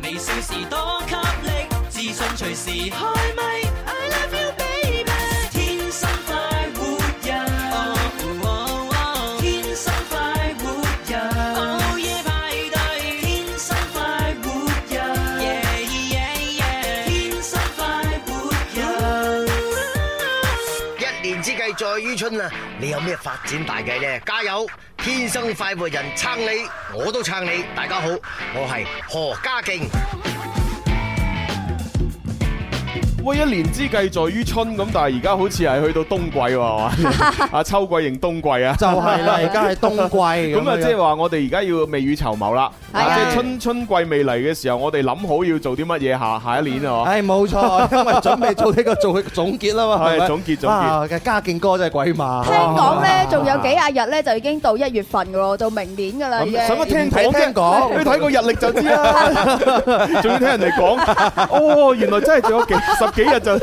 時多給力，自信隨時開咪。I love you baby，天生快活人哦哦哦，天生快活人，Oh, 午夜派對，天生快活人，yeah yeah yeah，天生快活人。一年之計在於春啊！你有咩發展大計呢？加油！天生快活人撐你，我都撐你。大家好，我係何家勁。喂，一年之計在於春咁，但係而家好似係去到冬季喎，係 嘛啊秋季迎冬季啊，就 係啦，而家係冬季咁咁啊，樣即係話我哋而家要未雨綢繆啦，係啊啊即係春春季未嚟嘅時候，我哋諗好要做啲乜嘢下下一年啊，唉，冇錯，因為準備做呢個做總結啦嘛，係咪係總結總結哇嘅家健哥真係鬼馬，聽講咧，仲有幾廿日咧，就已經到一月份噶咯，到明年噶啦已經。使乜 聽講聽啫？講你睇個日曆就知啦， 仲要聽人哋講，哦，原來真係仲有幾十幾日 就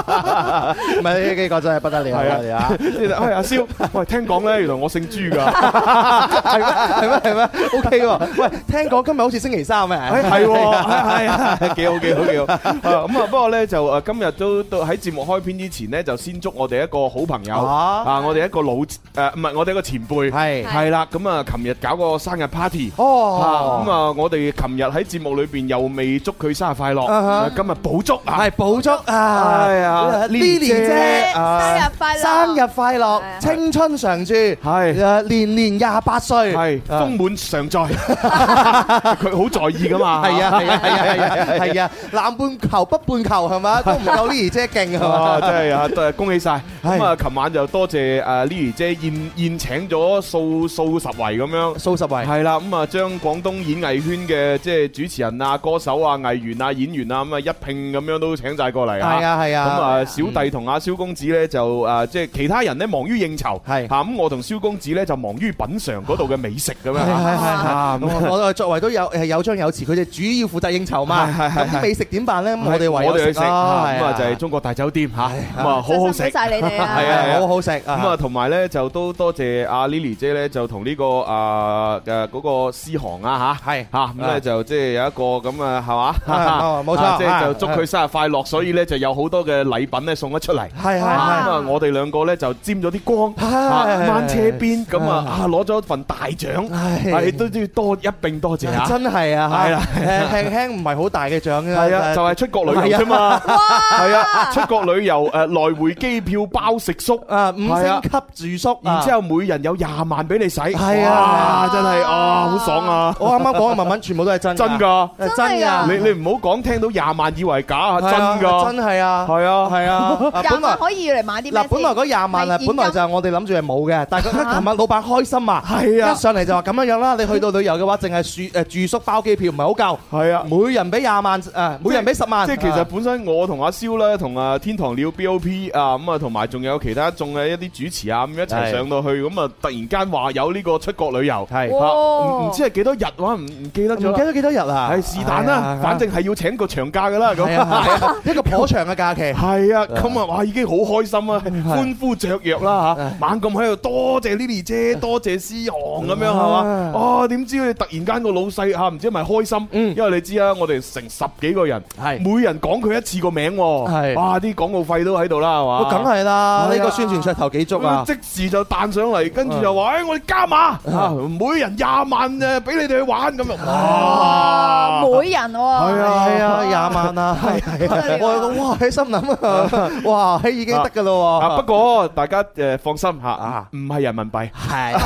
唔係呢幾個真係不得了啦，係係啊，你就哎阿蕭，喂，聽講咧，原來我姓朱 㗎，係咩係咩係咩？OK 喎，喂，聽講今日好似星期三 啊，哎 係喎，係啊，幾好幾好幾好。 啊咁啊，不過咧就誒今日都都喺節目開篇之前咧，就先祝我哋一個好朋友啊啊，我哋一個老誒唔係我哋一個前輩係係啦，咁啊，琴日搞個生日 party。啊哦，咁啊！我哋琴日喺節目裏邊又未祝佢生日快樂，啊哈啊今日補祝啊！係補足啊，哎呀 Lily 姐啊生日快樂！生日快樂係啊，青春常駐，係誒年年廿八歲，係啊豐滿常 在， 佢好在意噶嘛。係啊係啊係啊 係啊係啊，南半球北半球係咪都唔夠 Lily 姐勁係啊，嘛？真係啊，都係恭喜晒！係咁啊，琴晚就多謝誒 Lily 姐宴宴請咗數數十圍咁樣。數十位，係啦，咁啊，將廣東演藝圈嘅即係主持人啊、歌手啊、藝員啊、演員啊，咁啊一拼咁樣都請晒過嚟係啊係咁啊，啊，小弟同阿蕭公子咧就誒，即係其他人咧忙於應酬，係嚇咁我同蕭公子咧就忙於品嚐嗰度嘅美食咁樣係係係嚇。啊咁我我哋作為都有誒有張有詞，佢哋主要負責應酬嘛。係係係咁啲美食點辦咧？咁我哋唯我哋有去食食哦啦，咁啊就係中國大酒店嚇，咁啊好好食辛苦。晒你 哋啊！係啊係啊好好食咁啊，，同埋咧就都多謝阿 Lily 姐咧，就同呢個啊嘅嗰個師行啊嚇，係嚇咁咧就即係有一個咁啊係嘛啊哦，冇錯啊即係就啊祝佢生日快樂，所以咧就有好多嘅禮品咧送咗出嚟。係咁係係。啊，我哋兩個咧就沾咗啲光，啊掹車邊咁啊啊攞咗份大獎，唉係都要多一並多謝啊！真係啊，係啦誒輕輕唔係好大嘅獎啫，係啊，就係出國旅遊啫嘛，係啊，出國旅遊誒來回機票包食宿。啊五係啊星級住宿，然之。後每人有廿萬俾你使，係啊哇真係啊，好爽啊！我啱啱講嘅文文全部都係真㗎真，㗎，誒真真係啊㗎，你你唔好講聽到廿萬以為假啊，係真啊㗎，真係啊，係啊，係啊，廿本來萬可以用嚟買啲咩先？嗱，本來嗰廿萬啊，係現金本來就係我哋諗住係冇嘅，但係 佢琴日老闆開心啊，係啊一上嚟就話咁樣樣啦，你去到旅遊嘅話，淨係住誒住宿包機票唔係好係啊夠，。每人俾廿萬誒，每人俾十萬，即係其實本身我同阿蕭咧，同啊天堂鳥 BOP 啊咁啊，同埋仲有其他仲嘅一啲主持啊咁一齊係上到去，咁啊突然間話有呢個出國旅遊，係啊唔哇唔知係幾多日哇，唔唔記得唔咗記啦，得幾多日啊？係是但啦，反正係要請個長假噶啦咁係。啊係啊，一個頗長 嘅假期。係啊，咁啊，哇，已經好開心啊，歡呼雀躍啦嚇，猛咁喺度多謝 Lily 姐，多謝思航咁樣係嘛啊？哦，點知佢突然間個老細嚇唔知係咪開心，嗯因為你知啊，我哋成十幾個人，係每人講佢一次個名喎，係哇，啲廣告費都喺度啦係哇嘛？梗係啦，呢個宣傳噱頭幾足啊！即時就彈上嚟，跟住又話：，誒，我哋加碼，啊每人廿萬誒，俾你哋去玩咁樣。哇哇！每人喎，係啊係啊，廿 萬啊！係係啊， 我有個哇喺心諗啊，哇喺已經得㗎咯啊，喎不。過大家誒放心嚇，啊唔係人民幣。係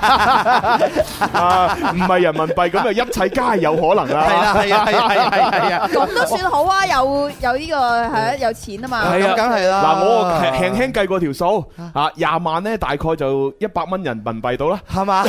啊，唔係人民幣咁啊，一切皆有可能啦。 係啦，係啊，係啊，係啊係啊，咁都算好啊！有有呢個係啊有錢啊嘛，係啊咁梗係啦。嗱，我輕輕計過條數，啊，廿萬咧大概就一百蚊人民幣到啦，係嘛？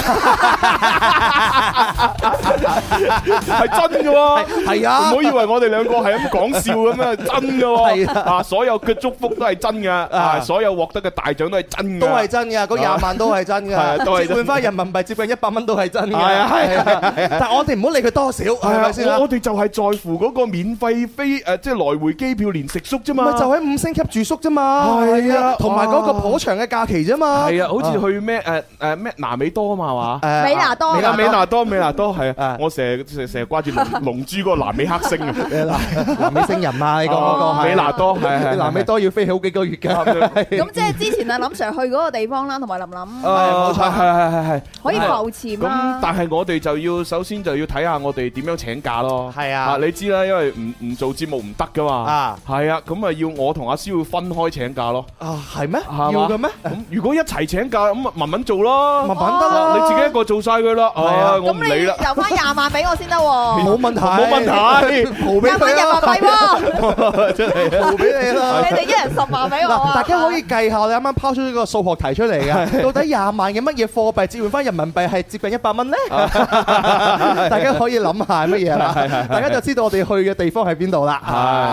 係真嘅喎。 係唔好以為我哋兩個係咁講笑咁啊，真噶係喎！啊啊，所有嘅祝福都係真噶，啊，所有獲得嘅大獎都係真噶，都係真嘅，嗰啊廿萬都係真係啊都係真嘅，折換翻人民幣接近一百蚊都係真嘅。係啊係啊啊 但係我哋唔好理佢多少，係係啊咪先啦我我？哋就係在乎嗰個免費飛誒，即係來回機票連食宿啫嘛。咪就喺五星級住宿啫嘛，係啊同埋嗰個頗長嘅假期啫嘛。係啊，好似去咩誒誒咩南美多啊嘛係嘛。誒美拿多哦美啊娜美娜多美娜多係啊啊！我成日成日成日掛住龍龍珠嗰個南美黑星啊，哦南美星人啊，你講嗰個係啊美娜多係啊係係南美多要飛好幾個月㗎。咁即係之前啊，林 Sir 去嗰個地方啦，同埋林林啊，係係係係係。啊可以浮潛咁啦。但係我哋就要首先就要睇下我哋點樣請假咯。係啊你知啦，因為唔唔做節目唔得噶嘛。啊係啊，咁啊要我同阿蕭要分開請假咯。 啊，係咩？係嘛要嘅咩？咁如果一齊請假，咁啊文文做咯。啊文文得啦，你自己一個做晒佢啦。係啊啊，我唔咁你理啦。留翻廿萬俾我先得喎，冇問題，冇 問題蒲俾廿佢蚊人 民 幣啦，喎，蒲俾你啦。你哋一人十萬俾我嗱，啊！大家可以計下，你啱啱拋出一個數學題出嚟嘅，到底廿萬嘅乜嘢貨幣折換翻人民幣係接近一百 蚊呢？大家可以諗下係乜嘢啦，大家就知道我哋去嘅地方係邊度啦。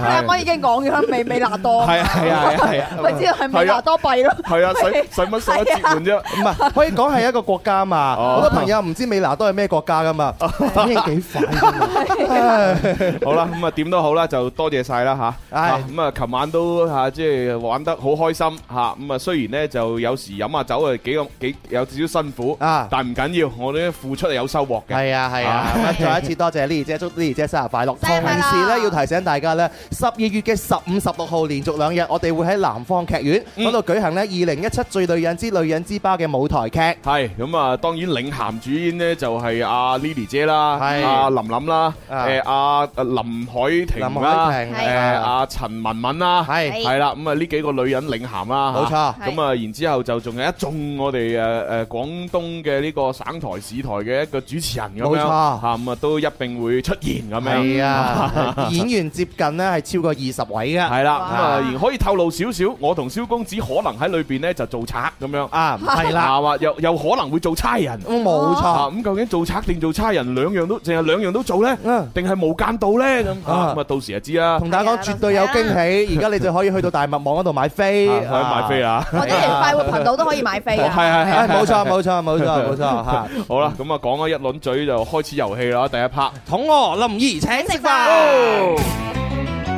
你啱啱已經講咗啦，美美拿多，係啊係啊係啊。咪知道係美拿多幣咯。係 啊，使使乜使乜折換啫？唔 係，可以講係一個國家嘛。哦好多朋友唔知美拿多係咩國家噶嘛，反應幾快㗎嘛。好啦，咁啊點都好啦，就多謝晒啦吓。唉啊咁啊，琴晚都吓即係玩得好開心吓。咁啊，雖然呢，就有時飲下酒啊幾咁幾有少少辛苦啊但唔緊要，我哋付出係有收穫嘅。係啊係啊，咁再一次多謝 Lily 姐，祝 Lily 姐生日快樂。同生日快樂時咧，要提醒大家咧，十二月嘅十五、十六號連續兩日，我哋會喺南方劇院嗰度舉行咧二零一七最女人之女人之巴嘅舞台劇。係咁啊，當然領銜主演呢就係阿 Lily 姐啦，係阿林林啦，啊誒阿林海婷林啦，海婷係誒阿陳文文啦，係係啦，咁啊呢幾個女人領銜啦，冇嚇錯。係咁啊，然之後就仲有一眾我哋誒誒廣東嘅呢個省台市台嘅一個主持人咁樣冇錯嚇，咁啊都一並會出現咁樣。係啊，演員接近咧係超過二十位嘅。係啦，哇咁啊，而可以透露少少，我同蕭公子可能喺裏邊咧就做賊咁樣，啊，係啦，啊嘛，又又可能會做差人。冇啊，錯。咁究竟做賊定做差人，兩樣都淨係兩樣都做咧，嗯定係無間道咧咁？啊咁啊，到時就知啦，同大家講絕對有驚喜，啊而家你就可以去到大麥網嗰度買飛，啊可以買飛啊！啦。或者連快活頻道都可以買飛係啊！係係，係冇錯冇錯冇錯冇錯嚇。 好啦，咁啊講咗一輪嘴就開始遊戲啦，第一 part。肚餓，林兒請食哦飯。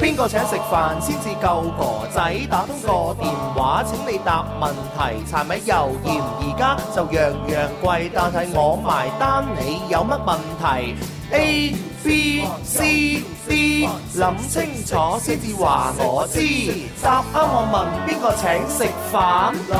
邊個請食飯先至夠婆仔？打通個電話請你答問題。柴米油鹽而家就樣樣貴，但係我埋單。你有乜問題？A B C D，諗清楚先至話我知。答啱我問邊個請食飯？留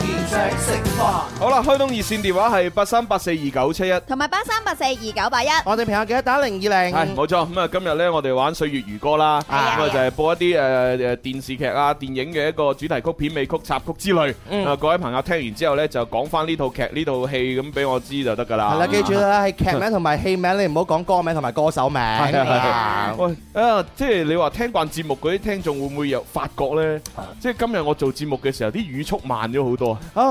言請食飯。好啦，開通熱線電話係八三八四二九七一。同埋八三八四二九八一，我哋朋友記得打零二系冇錯，咁啊今日呢，我哋玩《歲月如歌》啦，咁啊啊就係播一啲诶诶电视劇啊、電影嘅一個主題曲、片尾曲、插曲之類。啊，各位朋友聽完之後呢，就講翻呢套劇、呢套戲咁俾我知就得㗎啦。係啦，記住啦，係劇名同埋戲名，你唔好講歌名同埋歌手係名。啊係啊啊喂，啊，即係你話聽慣節目嗰啲聽眾會唔會有發覺咧？即係今日我做節目嘅時候，啲語速慢咗好多，啊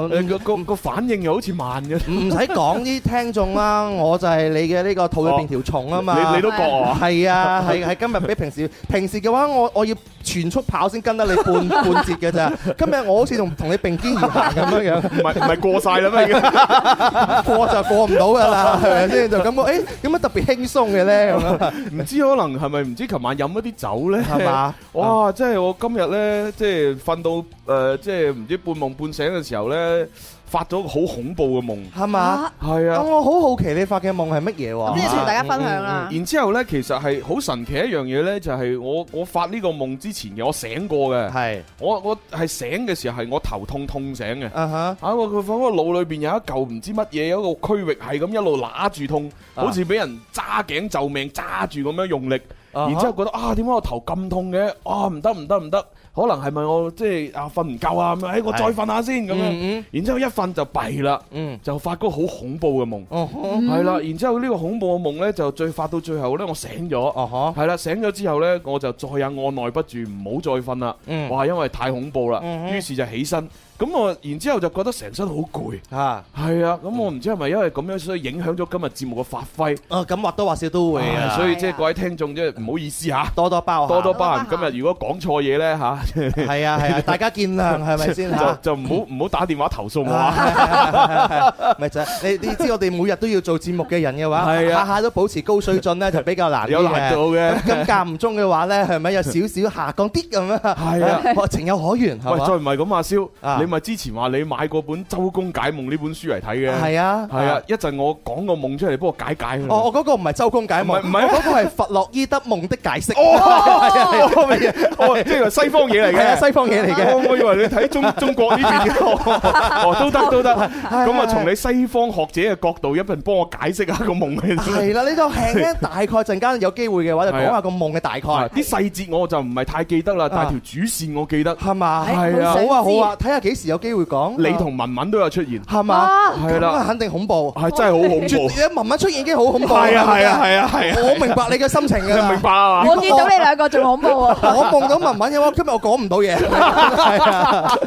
我誒個個個反應又好似慢咗。哦唔使講啲聽 眾啦，我就係你嘅呢個肚入邊條蟲啊嘛。你你都覺啊？ 係啊，係係今日比平時平時嘅話，我我要全速跑先跟得你 半半截嘅咋。今日我好似同同你並肩而行咁樣樣，唔係唔係過晒啦咩？已經過就過唔到㗎啦，係咪先？就感覺誒有乜特別輕鬆嘅咧咁樣唔知可能係咪唔知琴晚飲咗啲酒咧？係 嘛？啊哇！即係我今日咧，即係瞓到誒，即係唔知半夢半醒嘅時候咧，發咗個好恐怖嘅夢。係嘛？係咁啊！我好好奇你發嘅夢係乜嘢咁呢喎？就同大家分享啦。然之後咧，其實係好神奇一樣嘢咧，就係我我發呢個夢之前嘅，我醒過嘅。嗯係我我係醒嘅時候係我頭痛痛醒嘅。啊哈。啊！我佢放個腦裏邊有一嚿唔知乜嘢，有一個區域係咁一路揦住痛，啊好似俾人揸頸就命揸住咁樣用力。啊哈然之後覺得啊點解我頭咁痛嘅？啊唔得唔得唔得，可能係咪我即係啊瞓唔夠啊咁樣？哎我再瞓下先咁樣嗯。然之後一瞓就弊啦，嗯，就發嗰個好恐怖嘅夢。哦呵，係啦，然之後呢個恐怖嘅夢呢，就最發到最後呢，我醒咗。哦呵，係啦，醒咗之後呢，我就再也按耐不住，唔好再瞓啦。嗯哇，因為太恐怖啦，嗯哼於是就起身。咁我然之後就覺得成身好攰。嚇，係啊，嗯咁我唔知係咪因為咁樣，所以影響咗今日節目嘅發揮。啊咁或多或少都會啊啊，哦所以即係各位聽眾即係唔好意思嚇，多多包多多包包涵。今 涵日如果講錯嘢呢，嚇，係啊係啊，大家見諒係 咪先就嚇？就唔好唔好打電話投訴我 啊。咪就係你你知我哋每日都要做節目嘅人嘅話，係啊下下都保持高水準咧就比較難啲 嘅有難度嘅啊咁咁間唔中嘅話咧，係咪有少少下降啲咁啊？係啊，我情有可原係 喂，再嘛？唔係咁，阿啊蕭，你咪之前話你買過本《周公解夢》呢本書嚟睇嘅。係啊，哦係啊，。一陣我講個夢出嚟，幫我解解佢。我我嗰個唔係周公解唔係夢，唔係我嗰個係弗洛伊德夢的解 釋。哦，係啊係啊係啊，哦，即係西方嘢嚟係啊，嘅。西方嘢嚟嘅。我我以為你睇中中國呢邊嘅，哦 都得都得，咁啊從你西方學者嘅角度，一陣幫我解釋下個夢嘅。係啦，呢度 輕輕大概陣間有機會嘅話，就係講啊下個夢嘅大概。啲細節我就唔係太記得啦，但係啊條主線我記得，係嘛？係啊好啊好啊，睇下幾時有機會講。你同文文都有出現，係嘛？哇係咁啊，啦，肯定恐怖。係真係好恐怖，你文文出現已經好恐怖。係啊係啊係啊係啊，我明白你嘅心情㗎 啦。明白啊？我見到你兩個仲恐怖喎。我夢到文文嘅話，今日我講唔到嘢，係啊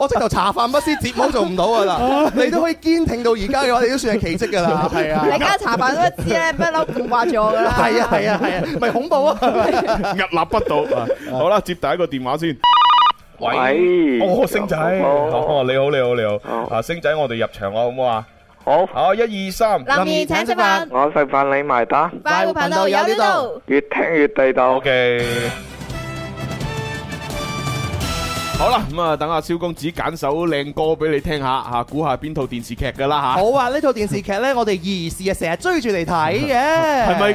我直頭茶飯不思，節目都做唔到 㗎啦。你都可以堅挺到而家嘅話，你都算係奇蹟㗎啦。係啊。你家茶飯嗰個紙咧，不嬲固掛住我噶啦。係啊係啊係啊，咪恐怖啊！屹立不 倒啊！好啦，接第一個電話先。喂哦，星仔，哦哦，你好，你好，你好，好啊，星仔，我哋入場啦，好唔好啊？好，好，一二三林怡請食飯，我食飯你埋單，快活頻道有呢度。越聽越地道。 ，OK。好啦，咁啊，等阿蕭公子揀首靚歌俾你聽下，吓估下邊套電視劇噶啦 好啊，呢套電視劇咧，我哋兒時啊成日追住嚟睇嘅，係係咪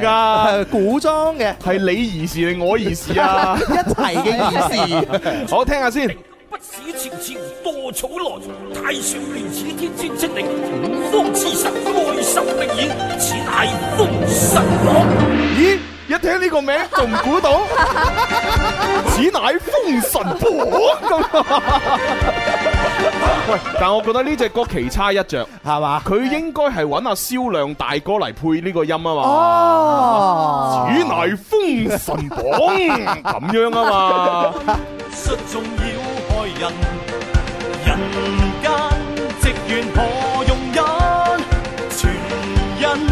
㗎？古裝嘅，吓，係你兒時定我兒時 啊？一齊嘅 兒時。好，聽下先。不使朝朝多草來，太上蓮似天尊出力，五方之神愛心力演，此乃封神榜。咦，一聽呢個名仲唔估到？此乃封神榜咁啊。 喂，但我覺得呢只歌奇差一着，係嘛？佢應該係揾阿蕭亮大哥嚟配呢個音啊嘛。哦，此乃封神榜咁樣啊嘛。術中要害人，人間直願何容忍？全因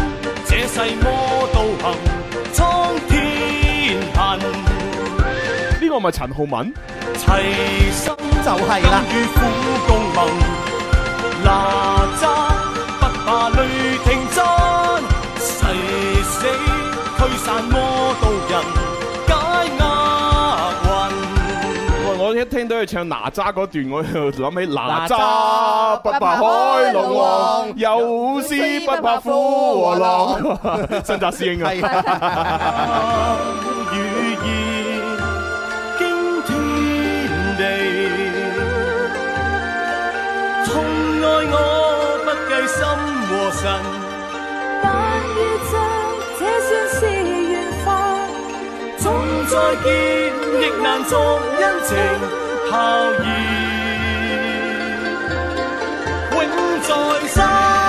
這世魔道行，蒼天恨，呢個咪陳浩民？齊心就係甘啦。與苦共盟，哪吒不怕雷霆震，誓死驅散魔道人，解厄運。喂，我一聽到佢唱哪吒嗰段，我就諗起哪吒哪不怕開龍王，有師師不怕虎和狼。新澤師兄啊！係啊，語言驚天地，痛愛我不計心和神，但遇着這算是緣分，總再見亦難作恩情孝義，永在心。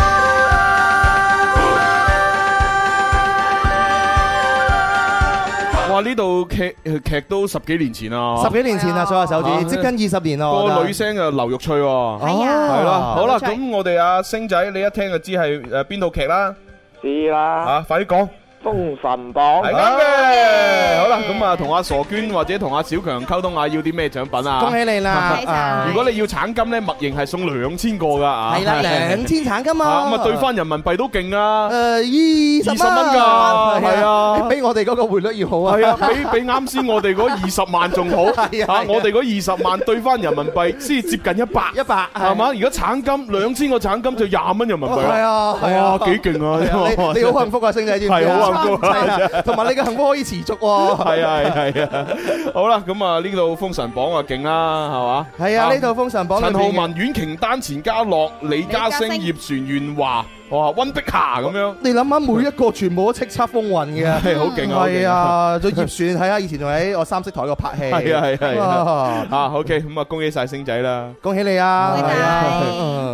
哇！呢度劇劇都十幾年前啦，十幾年前啦，數下手哦啊指，接近二十年咯。我覺個得女聲啊劉玉翠喎。係哦啊，係啦，好啦，冇錯咁我哋阿星仔，你一聽就知係誒邊套劇啦，知啦，啊，快啲講，封神榜係啱嘅，好啦，咁啊，同阿傻娟或者同阿小強溝通下，要啲咩獎品啊？恭喜 你啦！恭喜晒啊如果你要橙金咧，默認係送兩千個噶啊！係啦，兩千橙噶啊嘛。咁啊，對翻人民幣都勁啊！誒二十20蚊㗎係啊比我哋嗰個匯率要好啊。係啊，比比啱先我哋嗰二十萬仲好 係啊係啊啊！我哋嗰二十萬對翻人民幣先接近一百， 一百係嘛？？而家橙金兩千個橙金就廿蚊人民幣係啦，啊，係啊，哇，哦幾勁啊！係啊！你你好幸福啊，星仔，知唔知啊？係好幸福啊 係啊，同埋你嘅幸福可以持續 喎。係啊係啊，好啦，咁啊呢度封神榜啊勁啦，係嘛？係啊，呢度封神榜裏陳面浩嘅文、阮瓊丹、錢嘉樂、李嘉李嘉升、升葉璇、袁華、哇，温碧霞咁 樣。你諗下，每一個全部都叱咤風雲嘅，係好 勁啊好勁係啊啊，做葉璇係啊，以前仲喺我三色台嗰度拍戲， 係啊係啊係啊啊，啊，OK，咁啊，恭喜晒星仔啦！恭喜你啊！拜拜係啊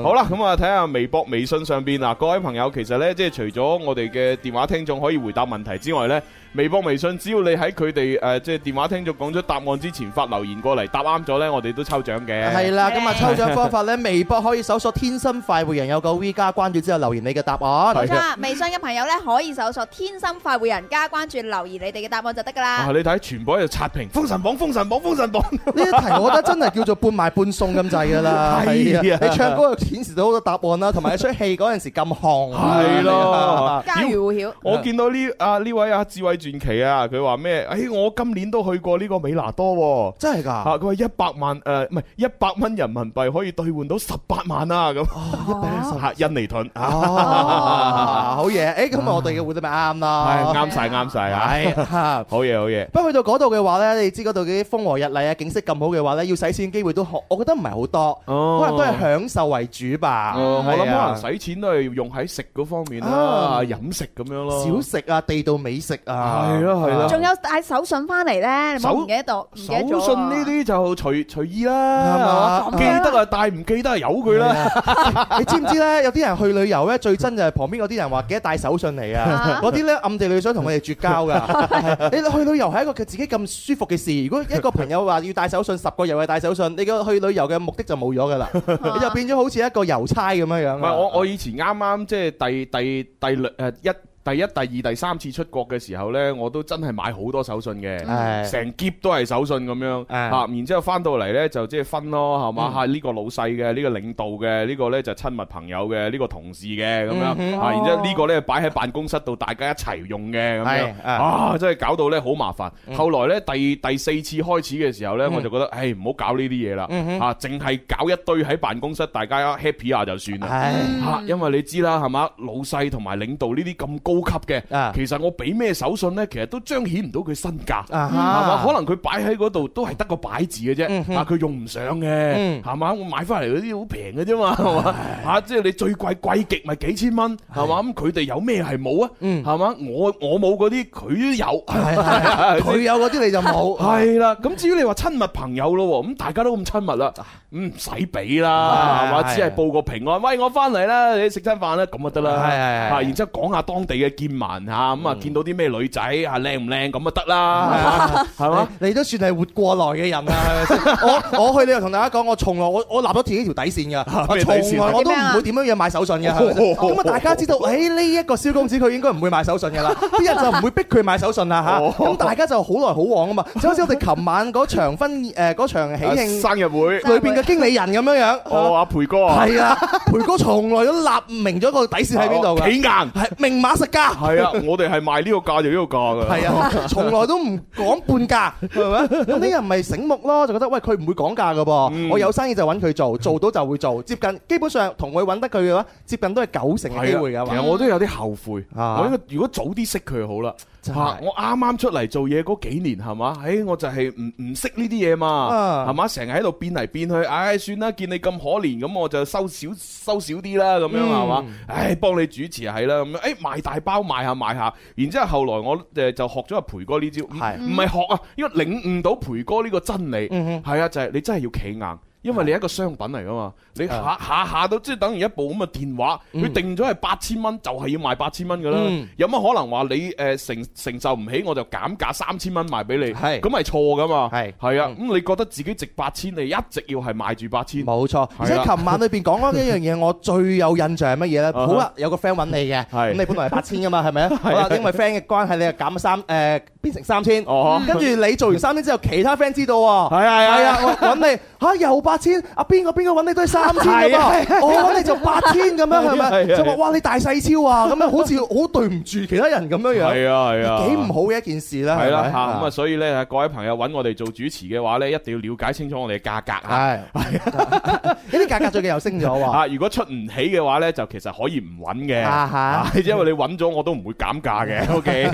好啦，咁啊，睇下微博、微信上邊嗱，各位朋友，其實呢，即係除咗我哋嘅電話聽眾可以回答問題之外呢，微博、微信，只要你喺佢哋誒即係電話聽眾講咗答案之前發留言過嚟，答啱咗呢，我哋都抽獎嘅。係啦，咁啊係抽獎方法咧，微博可以搜索「天生快活人」有個 V 加關注之後留言你嘅答案係。錯，微信嘅朋友咧可以搜索「天生快活人」加關注，留言你哋嘅答案就得噶啊！啦。你睇全部喺度刷屏，封神榜、封神榜、封神榜。呢一題我覺得真係叫做半賣半送咁滯㗎啦。係啊係你唱歌又顯示到好多答案啦，同埋你出戲嗰陣時咁紅。係咯家喻戶曉，我見到呢啊呢位啊智慧傳奇啊，佢話咩？誒，我今年都去過呢個美拿多喎。 真係㗎，啊！佢話一百萬誒，唔係一百蚊人民幣可以兌換到十八萬啊！咁嚇印尼盾 啊，哦，好嘢！誒，咁我哋嘅回答咪啱係啦。啱晒啱晒啊！係嚇好嘢好嘢，不過去到嗰度嘅話呢，你知嗰度嗰啲風和日麗啊，景色咁好嘅話呢，要使錢機會都好，我覺得唔係好多，哦可能都係享受為主吧。我諗可係啊能使錢都係用喺食嗰方面啦，啊飲食咁樣咯。小食啊，地道美食啊，係咯係咯仲有帶手信翻嚟咧，你唔好手唔記得到，唔記手得咗啊信呢啲就隨隨意啱啦，啊係嘛記得啊帶，唔記得啊由佢啦。你知唔知 呢？有啲人去旅遊呢，最憎就係旁邊嗰啲人話記得帶手信嚟啊啊！嗰啲呢，暗地裏想同我哋絕交㗎。你去旅遊係一個佢自己咁舒服嘅事。如果一個朋友話要帶手信，十個又係帶手信，你個去旅遊嘅目的就冇咗㗎啦，你就變咗好似一個郵差咁樣樣唔啊。係我我以前啱啱即係第第第兩誒一第一第二第三次出國嘅時候呢，我都真係買好多手信嘅，係成箧都係手信咁樣係啊！然之後翻到嚟呢，就即係分咯，係嗯嘛嚇？呢個老細嘅，呢個領導嘅，呢個呢就親密朋友嘅，呢個同事嘅咁嗯樣啊！然之後呢個呢擺喺辦公室度，大家一齊用嘅咁樣係啊嗯啊！真係搞到呢好麻煩。後來呢，第第四次開始嘅時候呢，我就覺得唉唔好搞呢啲嘢啦嗯啊！淨係搞一堆喺辦公室，大家 happy 下就算啦。唉。吓，因為你知啦，係嘛，老細同埋領導呢啲咁高級嘅啊，其實我俾咩手信呢？其實都彰顯唔到佢身價，係啊嘛？可能佢擺喺嗰度都係得個擺字嘅啫，啊，佢用唔上嘅，嗯係嘛？我買翻嚟嗰啲好平嘅啫嘛， 係嘛？吓，即係你最貴貴極咪幾千蚊，係嘛？咁佢哋有咩係冇啊？嗯係嘛？我我冇嗰啲，佢都有。 係係佢有嗰啲你就冇。系啦，咁至於你話親密朋友咯喎，咁大家都咁親密啦，咁唔使俾啦，係啊係嘛？係只係報個平安，喂，我翻嚟啦，你食餐飯啦，咁就得啦，係嗯係係啊，然之後講下當地嘅見聞嚇，咁啊見到啲咩女仔啊靚唔靚咁就得啦， 係嘛？你都算係活過來嘅人啦，係咪 先？我我去你又同大家講，我從來我我立咗自己條底線㗎， 咩我底線啊從來我都唔會點樣樣買手 信嘅。係咪先咁啊，大家知道，誒呢一個蕭公子佢應該唔會買手信 㗎啦，啲人就唔會逼佢買手信啦哦嚇。咁大家就好來好往啊嘛，就好似我哋琴晚嗰場婚誒嗰場喜啊慶生日會，裏邊嘅經理人咁樣哦，樣。阿培哥啊，係啊，培哥從來都立明咗個底線喺邊度哦企㗎，硬，係係明碼實價。 啊，我哋係賣呢個價就呢個價㗎，係啊， 從來都唔講半價， 係咪？咁啲人咪醒目咯，就覺得喂佢唔會講價噶噃，嗯我有生意就揾佢做，做到就會做，接近基本上同佢揾得佢嘅話，接近都係九成嘅機係會噶啊，其實嘛。我都有啲後悔，啊我應該如果早啲識佢好啦。真係嚇！我啱啱出嚟做嘢嗰幾年係嘛？唉，我就係唔唔識呢啲嘢嘛，啊係嘛？成日喺度變嚟變去，唉，算啦，見你咁可憐，咁我就收少收少啲啦，咁樣嗯係嘛？唉，幫你主持係啦，咁樣，唉，哎賣大包賣下賣下，然之後後來我誒就學咗阿培哥呢招，唔係唔係學啊，因為領悟到培哥呢個真理，係啊，就係你真係要企硬。因為你係一個商品嚟噶嘛，你啊下下下都即係等於一部咁嘅電話，佢定咗係八千蚊，就係要賣八千蚊噶啦嗯。有乜可能話你誒承承受唔起，我就減價三千蚊賣俾你？係咁係錯噶嘛？係嗯係啊，咁你覺得自己值八千，你一直要係賣住八千。冇錯，而且琴晚裏邊講嗰一樣嘢，我最有印象係乜嘢 咧？好啦，有個 friend 揾你嘅，係咁你本來係八千噶嘛，係咪啊？好啦，因為 friend 嘅關係，你就減三誒變成三千，哦跟住你做完三千之後，其他 friend 知道 喎，係啊係啊係啊，我揾你嚇又八千，阿邊個邊個揾你都係三千㗎係啊噃，我揾你就八千咁樣係咪？係啊係啊就話哇你大細超啊，咁樣好似好對唔住其他人咁樣樣，係啊係啊，幾唔好嘅一件事啦，係啦咪嚇咁啊，所以咧各位朋友揾我哋做主持嘅話咧，一定要了解清楚我哋嘅價格啊。係，呢啲價格最近又升咗 喎。啊！如果出唔起嘅話呢，就其實可以唔揾嘅，啊哈 啊因為你揾咗我都唔會減價嘅。O K，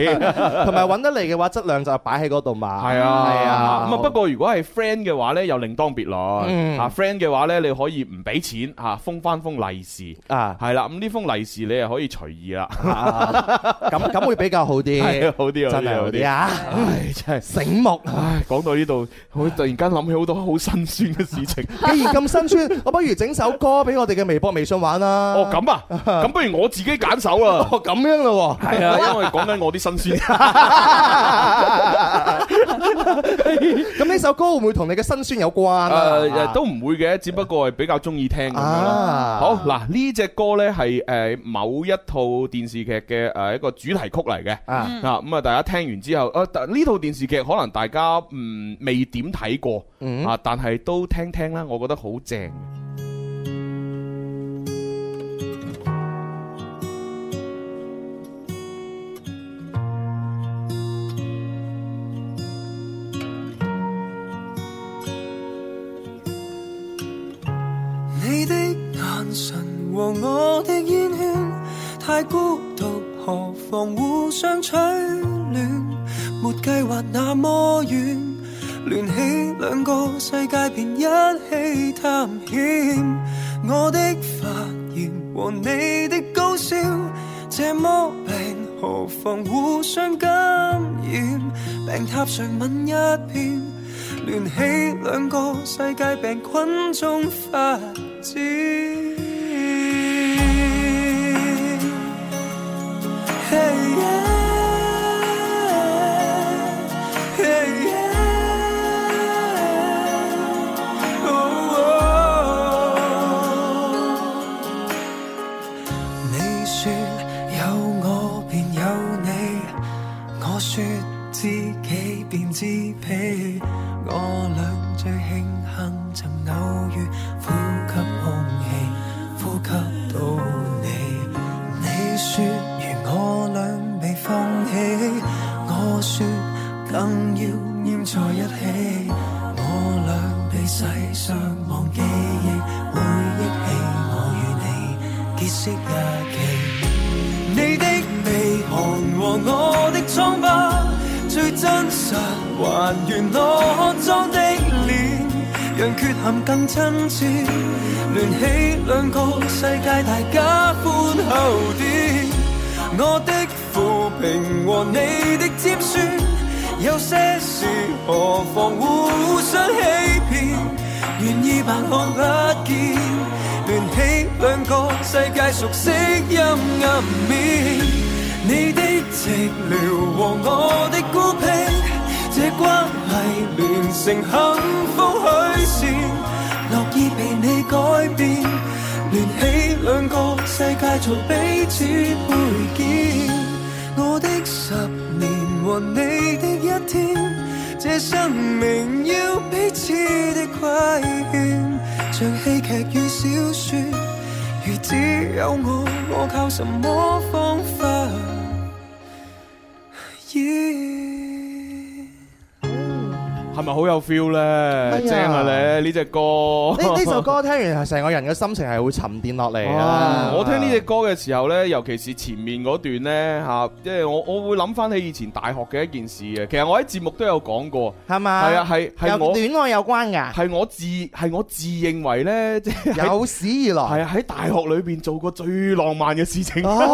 同埋揾得嚟嘅話質量就擺喺嗰度嘛。係啊，係啊。嗯咁啊，不過如果係 friend 嘅話咧，又另當別論。嚇 friend 嘅話咧，你可以唔俾錢嚇，封翻封利是。啊，係啦，咁呢封利是你係可以隨意 啦，咁咁會比較好 係啲，好啲，真係係好啲！啊！唉，真係，醒目。唉，講到呢度，我突然間諗起好多好辛酸嘅事 情。既然咁辛酸， 我不如整首歌俾我哋嘅微博、微信玩啦。哦，咁啊，咁不如我自己揀手啊。哦咁樣咯喎。係啊，因為講緊我啲辛 酸。 咁呢首歌會唔會同你嘅辛酸有關啊？誒誒都唔會嘅，只不過係比較中意聽咁樣咯。啊，嗯好嗱，呢只歌呢係誒某一套電視劇嘅誒一個主題曲嚟嘅。啊啊咁啊，大家聽完之後，啊但呢套電視劇可能大家嗯未點睇過嗯啊，但係都聽聽啦，我覺得好正。你的眼神和我的煙圈，太孤獨，何妨互相取暖？沒計劃那麼遠，聯起兩個世界便一起探險。我的發炎和你的高燒，這麼病，何妨互相感染？病榻上吻一遍。聯起兩個世界病菌中發展。Hey yeah, hey yeah, oh, oh. 你說有我便有你，我說自己便知彼，我俩最慶幸曾偶遇，呼吸空氣，呼吸到你。你說如我倆被放棄，我說更要黏在一起，我倆被世上忘記憶，會憶起我與你結識日期。你的鼻鼾和我的瘡疤，最真實還原我裝的臉，讓缺陷更親切，聯起兩個世界，大家歡後啲。我的負評和你的尖酸，有些事何妨互相欺騙。願意扮看不見，聯起兩個世界熟悉陰暗面。你的寂寥和我的孤僻，這關係連成幸福虛線，樂意被你改變，聯起兩個世界做彼此配件。我的十年和你的一天，這生命要彼此的虧欠，像戲劇與小說，如只有我，我靠什麼方法演？係咪好有 feel 呢？呀正啊你呢只歌。呢呢首歌聽完，成個人嘅心情係會沉澱落嚟 啊！哇我聽呢只歌嘅時候呢，尤其是前面嗰段呢，嚇、即係我我會諗翻起以前大學嘅一件事嘅。其實我喺節目都有講過，係嘛？係啊，係係有我戀愛有關㗎，係我自係我自認為呢，即係喺有史以來係啊喺大學裏邊做過最浪漫嘅事情。啊哦，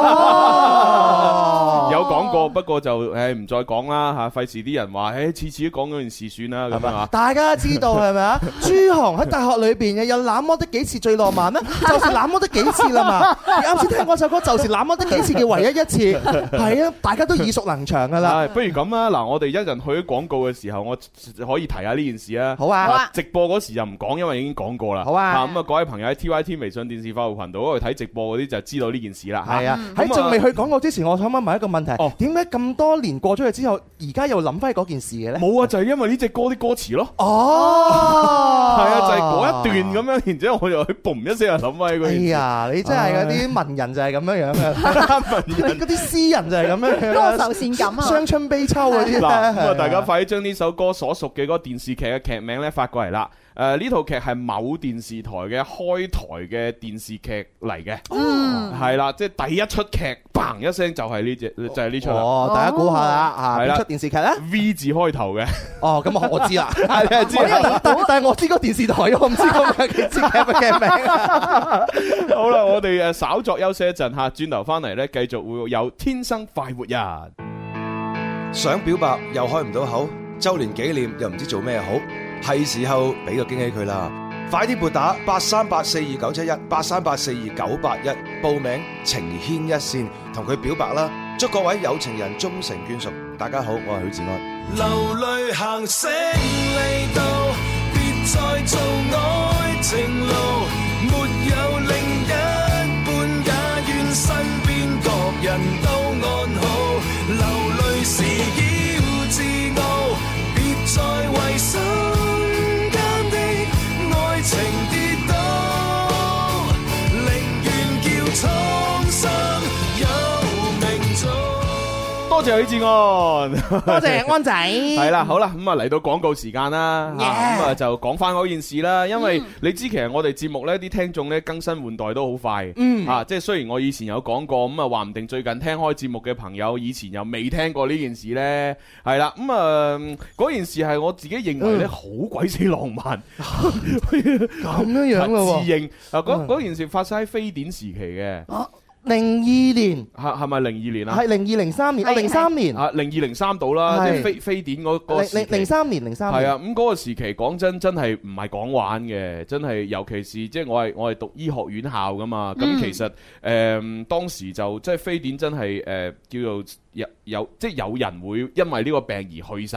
有講過，不過就誒唔再講啦嚇，費事啲人話誒次次都講嗰件事算啦咁樣啊。大家知道係咪啊？朱紅喺大學裏邊有那麼的幾次最 浪漫呢，就是那麼的幾次啦嘛。你啱先聽嗰首歌就是那麼的幾次嘅唯一 一次，係啊，大家都耳熟能詳㗎啦。唉不如咁啦，嗱，我哋一人去廣告嘅時候，我可以提下呢件事啊。好啊好啊直播嗰時就唔講，因為已經講過啦。好啊嚇咁啊，各位朋友喺 T Y T 微信電視快活頻道嗰度睇直播嗰啲就知道呢件事啦。嚇係啊，喺咁啊仲未去廣告之前，我想問問一個問哦題：點解咁多年過咗去之後，而家又諗翻嗰件事嘅呢？冇啊，就係因為呢只歌啲歌詞咯。哦，係啊，就係嗰一段咁樣，然之後我就去嘣一聲就諗起嗰哎件事。呀，你真係嗰啲文人就係咁樣樣 嘅，嗰啲詩人就係咁樣多樣愁善感 啊！傷春悲秋嗰啲 嗱，咁啊，大家發快啲將呢首歌所屬嘅嗰個電視劇嘅劇名咧發過嚟啦。誒、誒呢套劇係某電視台嘅開台嘅電視劇嚟嘅，嗯，係啦，即係第一出劇嘭一聲就係呢只就係呢出啦哦，大家估下啦，係啊，啦啊邊出電視劇咧？ ，V 字開頭 嘅。哦，咁我我知啦， 係你係知我以為啦，但但係我知個電視台，我唔知個劇知劇嘅名啊。好啦，我哋誒稍作休息一陣嚇，轉頭翻嚟呢，繼續會有天生快活人。想表白又開唔到口，周年紀念又唔知做咩好，係時候俾個驚喜佢啦！快啲撥打八三八四二九七一八三八四二九八一報名情牽一線，同佢表白啦！祝各位有情人終成眷屬。大家好，我係許志安。流淚行勝利道，別再做愛情路，沒有另一半也願身邊各人都安好。流淚時要自傲，別再為心間的愛情跌倒，寧願叫蒼生有明早。多謝許志安。多謝安仔。係啦，好啦，咁啊嚟到廣告時間啦，嚇 Yeah 嗯咁啊就講翻嗰件事啦。因為你知其實我哋節目呢啲聽眾呢，更新換代都好快，嗯啊，即係雖然我以前有講過，咁啊話唔定最近聽開節目嘅朋友，以前又未聽過呢件事呢。係啦，咁啊嗰件事係我自己認為呢，嗯好鬼死浪漫，咁樣 樣咯自喎，認啊嗰嗰件事發生喺非典時期嘅，零二年係係咪零二年啊？係零二零三年，哦零三年，啊，零二零三到啦，即係係非非典嗰嗰個零時零零期。三年，零三係年。啊，咁嗰個時期講真真係唔係講玩嘅，真係尤其是即係我係我係讀醫學院校噶嘛，嗯咁其實誒當時就即係非典真係誒叫做有有即係有人會因為呢個病而去世，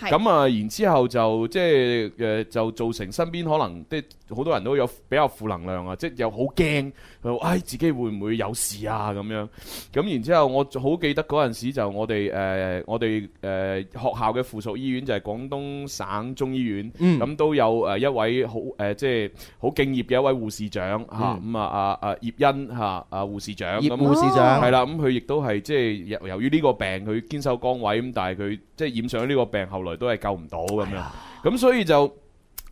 咁啊然之後就即係誒就造成身邊可能即係好多人都有比較負能量啊，即係又好驚，佢話唉自己會唔會有事啊咁樣。咁然之後，我好記得嗰陣時就我哋誒、呃我哋誒、呃、學校嘅附屬醫院就係廣東省中醫院，咁、嗯都有誒一位好誒、呃即係好敬業嘅一位護士長嚇，咁、啊啊啊葉欣嚇啊護士長嗯葉咁護士長係啦，咁佢亦都係即係由由於呢個病，佢堅守崗位，咁但係佢即係染上呢個病，後來都係救唔到咁哎樣，咁所以就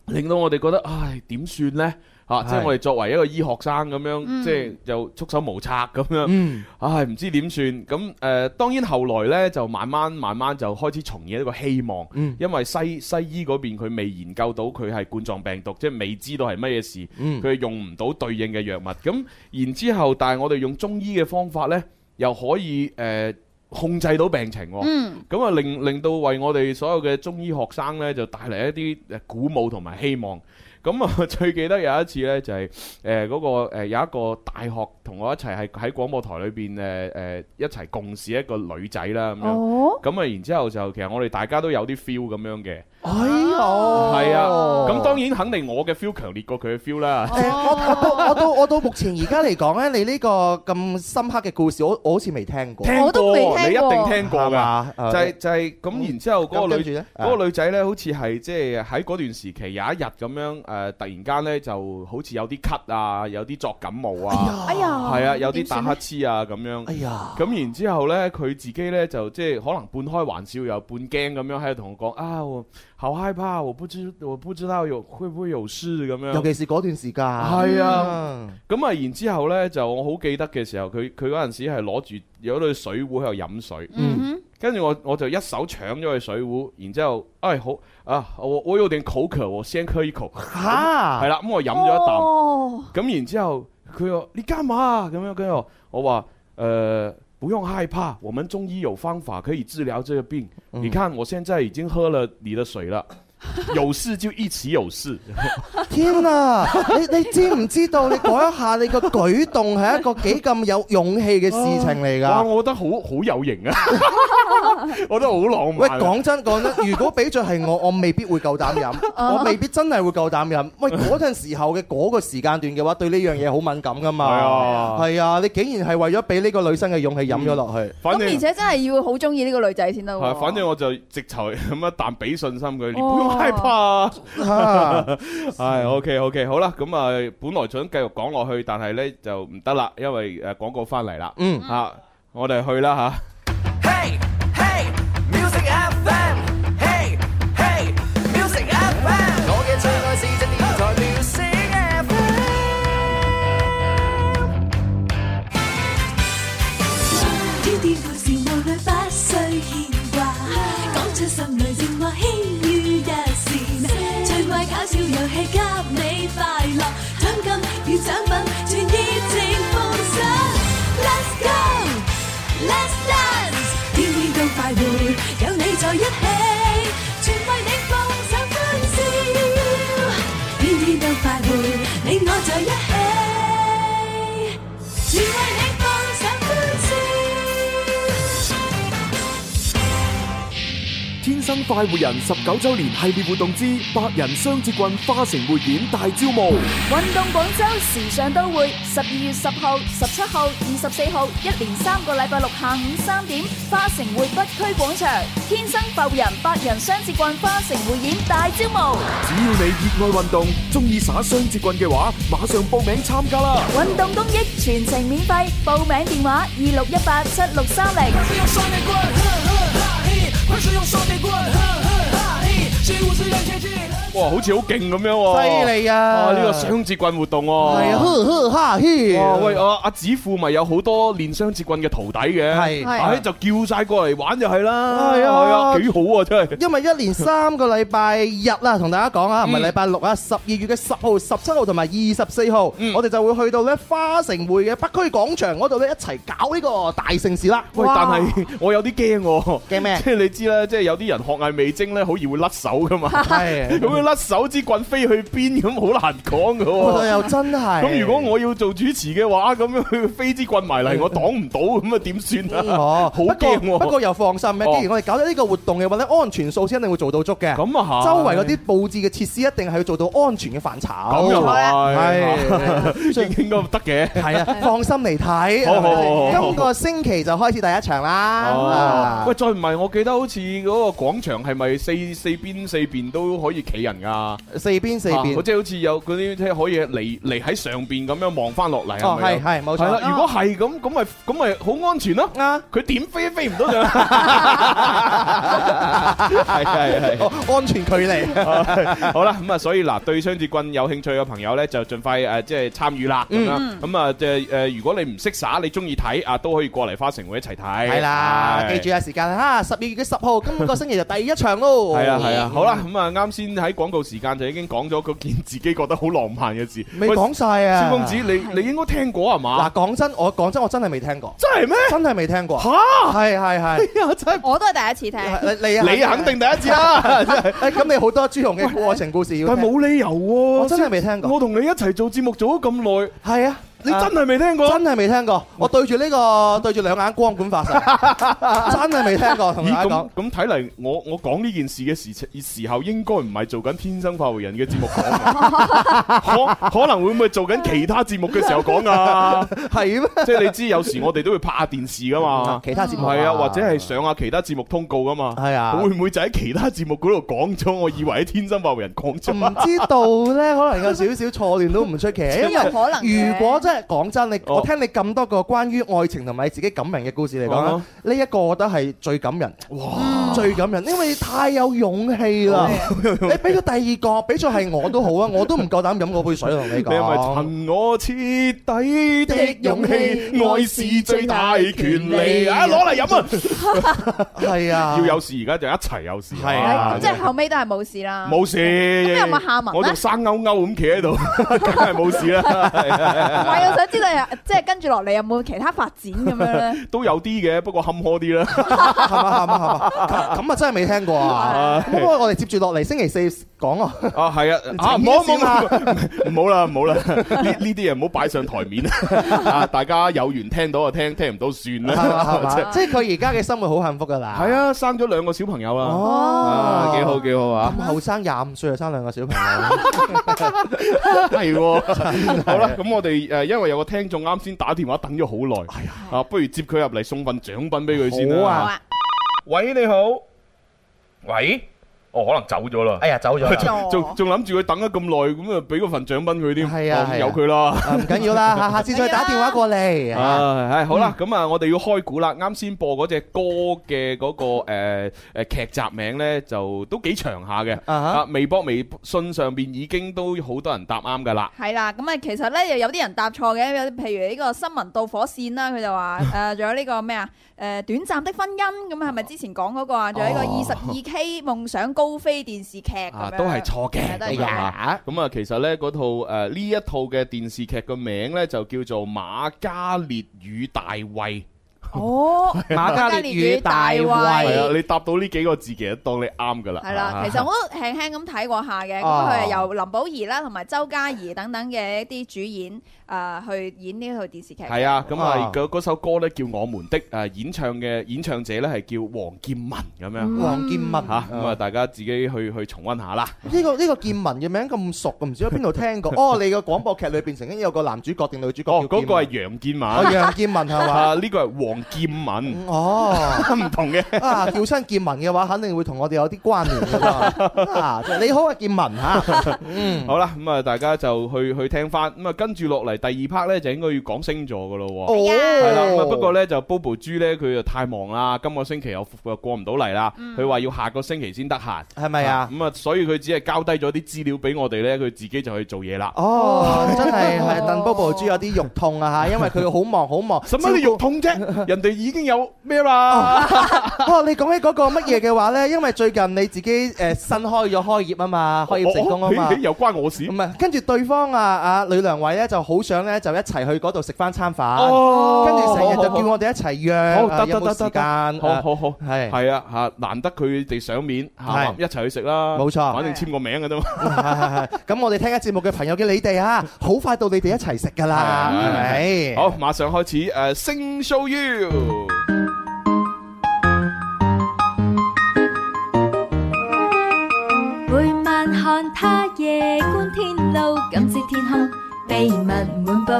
令到我哋覺得，唉，點算呢？嚇、即係係我哋作為一個醫學生咁樣，即係又束手無策咁樣，嗯，唉，唔知點算咁誒、呃。當然後來呢，就慢慢慢慢就開始重現一個希望，嗯因為西西醫嗰邊佢未研究到佢係冠狀病毒，即係未知道係乜嘢事，嗯佢係用唔到對應嘅藥物。咁然之後，但係我哋用中醫嘅方法呢，又可以誒、呃控制到病情、喎。嗯，咁啊，令令到為我哋所有嘅中醫學生呢，就帶嚟一啲誒鼓舞同埋希望。咁啊， 最記得有一次呢，就係誒嗰個、呃、有一個大學同我一齊係喺廣播台裏邊誒誒一齊共事一個女仔啦咁樣。哦，咁啊，然之後就其實我哋大家都有啲 feel 咁樣嘅，哎哦呦，係啊。咁當然肯定我嘅 feel 強烈過佢嘅 feel 啦。誒，我我到我到我到目前而家嚟講咧，你呢個咁深刻嘅故事，我我好似未聽過。我都未聽過你一定聽過係㗎。嘛就係就係咁，然之後嗰個咁女跟住呢啊嗰個女仔呢，好似係即係喺嗰段時期有一日咁樣誒，突然間呢就好似有啲咳啊，有啲作感冒啊，哎呀，係啊，有啲點算呢打乞嗤啊咁樣哎。呀，咁然之後呢，佢自己呢就即係可能半開玩笑又半驚咁樣喺度同我講啊，我好害怕，我不知我不知道有會唔會有事咁樣尤。其是嗰段時間。係啊嗯，咁啊，然之後呢，就我好記得嘅時候，佢佢嗰陣時係攞住有一對水壺喺度飲水。嗯跟住我我就一手搶咗佢水壺，然之後，哎好啊，我我有點口渴，我先喝一口，嚇係，啦，咁我飲哼，咗一啖，哦，咁然之後佢話你幹嘛啊咁樣，跟住我我話誒、呃不用害怕，我們中醫有方法可以治療這個病。嗯你看我現在已經喝了你的水了，有事就一起有事。天啊！你你知唔知道？你嗰一下你個舉動係一個幾咁有勇氣嘅事情嚟哇，㗎。我覺得好好有型啊， 我覺得好浪喂，漫啊。講真 講真，如果俾着係我，我未必會夠膽飲，啊我未必真係會夠膽飲。 喂，嗰陣時候嘅嗰個時間段嘅話，對呢樣嘢好敏感㗎係嘛。啊，係啊，你竟然係為咗俾呢個女生嘅勇氣飲咗落去。反咁而正。且真係要好中意呢個女仔先得係，喎。反正我就直頭 咁一啖俾信心佢，你不用害怕 啊。 嚇系 OK OK 好啦，咁啊，本來想繼續講落去，但係呢就唔得啦，因為诶广告翻嚟啦，嗯吓我哋去啦吓。 Hey, hey, music FM. Hey, hey, music FM. 我嘅最愛是直在一起，全為你放上歡笑，天天都快活，你我在一起，全為你放上歡笑。天生快活人十九周年系列活動之百人雙節棍花城匯演大招募，運動廣州時尚都會，十二月十號、十七號、二十四號，一連三個禮拜六下午三點，花城匯北區廣場，天生浮人百人雙節棍花城匯演大招募，只要你熱愛運動，中意耍雙節棍嘅話，馬上報名參加啦！運動公益全程免費，報名電話二六一八七六三零。哇，好似好勁咁樣喎！犀利啊哦呢個雙節棍活動喎，係啊呵呵哈嘿哇哦喂，啊阿阿子富咪有好多練雙節棍嘅徒弟嘅，係係唉就叫晒過嚟玩就係啦，係啊係啊，幾好啊真係。因為一連三個禮拜日啦，同大家講嗯啊，唔係禮拜六啊，十二月嘅十號、十七號同埋二十四號，嗯我哋就會去到咧花城匯嘅北區廣場嗰度咧一齊搞呢個大盛事啦。喂，但係 我有啲驚喎，驚咩即係你知啦，即係有啲人學藝未精咧，好易會甩手噶嘛。 係 咁佢甩手支棍飛去邊咁，好難講噶 哇又喎。真係。嗯咁如果我要做主持嘅話，咁樣佢飛支棍埋嚟，我擋唔到，咁啊點算啊？ 哦，好不過驚喎。不過又放心嘅，哦既然我哋搞咗呢個活動嘅話咧，安全措施一定會做到足嘅。咁啊係周圍嗰啲佈置嘅設施一定係要做到安全嘅範疇。咁又啊係係， 應應該得嘅。係啊，放心嚟睇。好好好好今個星期就開始第一場啦。哦啊，喂，再唔係，我記得好似嗰個廣場係咪四四邊四邊都可以企人㗎？四邊四啊邊。即係好似有嗰啲即係可以嚟嚟喺上邊咁樣望翻落嚟，哦係咪有？係係冇錯係啦，如果係咁，咁咪咁咪好安全 咯。啊！佢點飛都飛唔到上。係係 係。哦安全距離。好啦，咁啊，所以嗱，對雙節棍有興趣嘅朋友咧，就盡快誒即係參與啦，咁樣咁啊，即係誒，如果你唔識耍，你中意睇啊，都可以過嚟花城會一齊睇。係啦，係記住啊時間啊，十二月嘅十號，今個星期就第一場咯。係啊係啊，好啦，咁啊啱先喺廣告時間就已經講咗嗰件自己覺得好浪漫嘅事，未喂講晒啊蕭公子你你應該聽過係嘛嗱，？講真，我講真，我真係未聽過，真 係咩？真係未聽過。嚇！係係哎係。我都係第一次聽。你你你肯定第一次 啦，真係誒咁你好多朱紅嘅過程故事要但係聽，冇理由喎，我真係未聽過我同你一齊做節目做咗咁耐，係啊，你真係未聽過？真係未聽過，我對住呢個對住兩眼光管 發誓，真係未聽過，同咦大家咁。講咁睇嚟，我我講呢件事嘅時時候，應該唔係做緊《天生發回人》嘅節目講， 可可能會唔會做緊其他節目嘅時候講啊？係咩？即係你知，有時我哋都會拍下電視噶嘛。其他節目係啊，或者係上下其他節目通告噶嘛？係啊會唔會就喺其他節目嗰度講咗？我以為喺《天生發回人》講唔咗。知道 咧，可能有少少錯亂都唔出奇，因有可能為嘅如果真係講真，你哦我聽你咁多個關於愛情同埋你自己感人嘅故事嚟講啊呢一個我覺得係最感人，哇，最感人，因為你太有勇氣啦。哦你俾個第二個，俾咗係我都好啊，我都唔夠膽飲嗰杯水同你你係咪講。憑我徹底的勇氣，愛是最大權利啊！攞嚟飲啊！係啊，要有事而家就一齊有事。係啊咁即係後尾都係冇事啦。冇事。咁有冇啊下文呢我仲生勾勾咁企喺度， 梗係啊冇事唔啦。係，我想知道有即係跟住落嚟有冇其他發展 咁樣咧？都有啲嘅，不過坎坷啲啦。係嘛係嘛係嘛，咁咁啊真係未聽過 啊！咁我我哋接住落嚟星期四講啊，啊，係啊，啊，唔好唔好唔好 唔好啦，唔好啦，呢呢啲嘢唔好擺上台 面啊！大家有緣聽到就聽，聽唔到算係 嘛係啦。嘛，即係佢而家嘅生活好幸福噶啦。係啊，生咗兩個小朋友啦，哦啊，幾好幾好啊！咁後生廿五歲就生兩個小朋友， 係喎， 好啦，咁我哋誒，因為有個聽眾啱先打電話等咗好耐，啊，不如接佢入嚟送份獎品俾佢先哎好啦啊。好啊，喂，你好。喂，哦，可能走咗啦。哎呀走咗啦， 仲仲諗住佢等咗咁耐，咁啊俾嗰份獎品佢添，係啊哦係啊由佢啦。啊唔緊 要啦，下下次再打電話過嚟。啊唉，係好啦，咁啊，我哋要開估啦。啱先播嗰只歌嘅嗰個誒誒劇集名呢，就都幾長下嘅。哈啊，微博、微信上邊已經都好多人答啱噶啦。係啦，咁啊，其實咧又有啲人答錯嘅，有啲譬如呢個新聞導火線啦，佢 就話誒，仲有呢個咩啊？誒，短暫的婚姻咁係咪之前講嗰個啊？仲有呢個二十二 K 夢想高飛電視劇咁哦啊樣，都係錯嘅係都係咁樣錯啊咁啊，其實呢嗰套誒呢一套嘅電視劇個名呢，就叫做《馬加烈與大衛》。哦，係啊，你答到呢幾個字，其實當你啱噶啦。係啦，其實我都輕輕咁睇過下嘅，咁啊佢係由林保怡啦，同埋周嘉怡等等嘅一啲主演誒去演呢套電視劇。係啊，咁啊啊，嗰嗰首歌咧叫《我們的》，誒演唱嘅演唱者咧係叫黃建文咁樣。黃建文嚇，咁啊，大家自己去去重温下啦。呢個呢個建文嘅名咁熟，唔知喺邊度 聽過。哦，你個廣播劇裏邊曾經有個男主角定女主角哦，叫嗰建個文係楊建文，哦楊建文 係嘛啊呢個係黃建文。哦，唔同嘅啊，叫親建文嘅話，肯定會同我哋有啲關 聯嘅喎。啊，即係你好啊，建文嚇，嗯，好啦，咁啊，大家就去去聽翻，咁啊，跟住落嚟第二 part 咧，就應該要講星座噶咯喎。哦係啦，咁啊，不過咧就 Bobo 豬咧，佢就太忙啦，今個星期又又過唔到嚟啦，佢話要下個星期先得閒，嗯係咪啊咁啊，所以佢只係交低咗啲資料俾我哋咧，佢自己就去做嘢啦。哦，真係係鄧 Bobo 豬有啲肉痛啊嚇，因為佢好忙好忙。使乜你肉痛啫？ 人哋已經有咩啦？哦，你講起嗰個乜嘢嘅話咧，因為最近你自己誒新開咗開業啊嘛，開業成功啊嘛哦哦咦咦。又關我事？唔係，跟住對方啊啊呂良偉咧就好想咧就一齊去嗰度食翻餐飯，哦跟住成日就叫我哋一齊約，啊好，得得有冇得時得間？得，好啊好好，係係啊嚇，難得佢哋上面嚇 Ờ. 係，一齊去食啦，冇錯反正簽個名嘅啫嘛。 咁我哋聽緊節目嘅朋友嘅你哋啊，好快到你哋一齊食噶啦，係咪？好，馬上開始誒，星 show you。每晚看他夜觀天路，感知天空秘密滿布。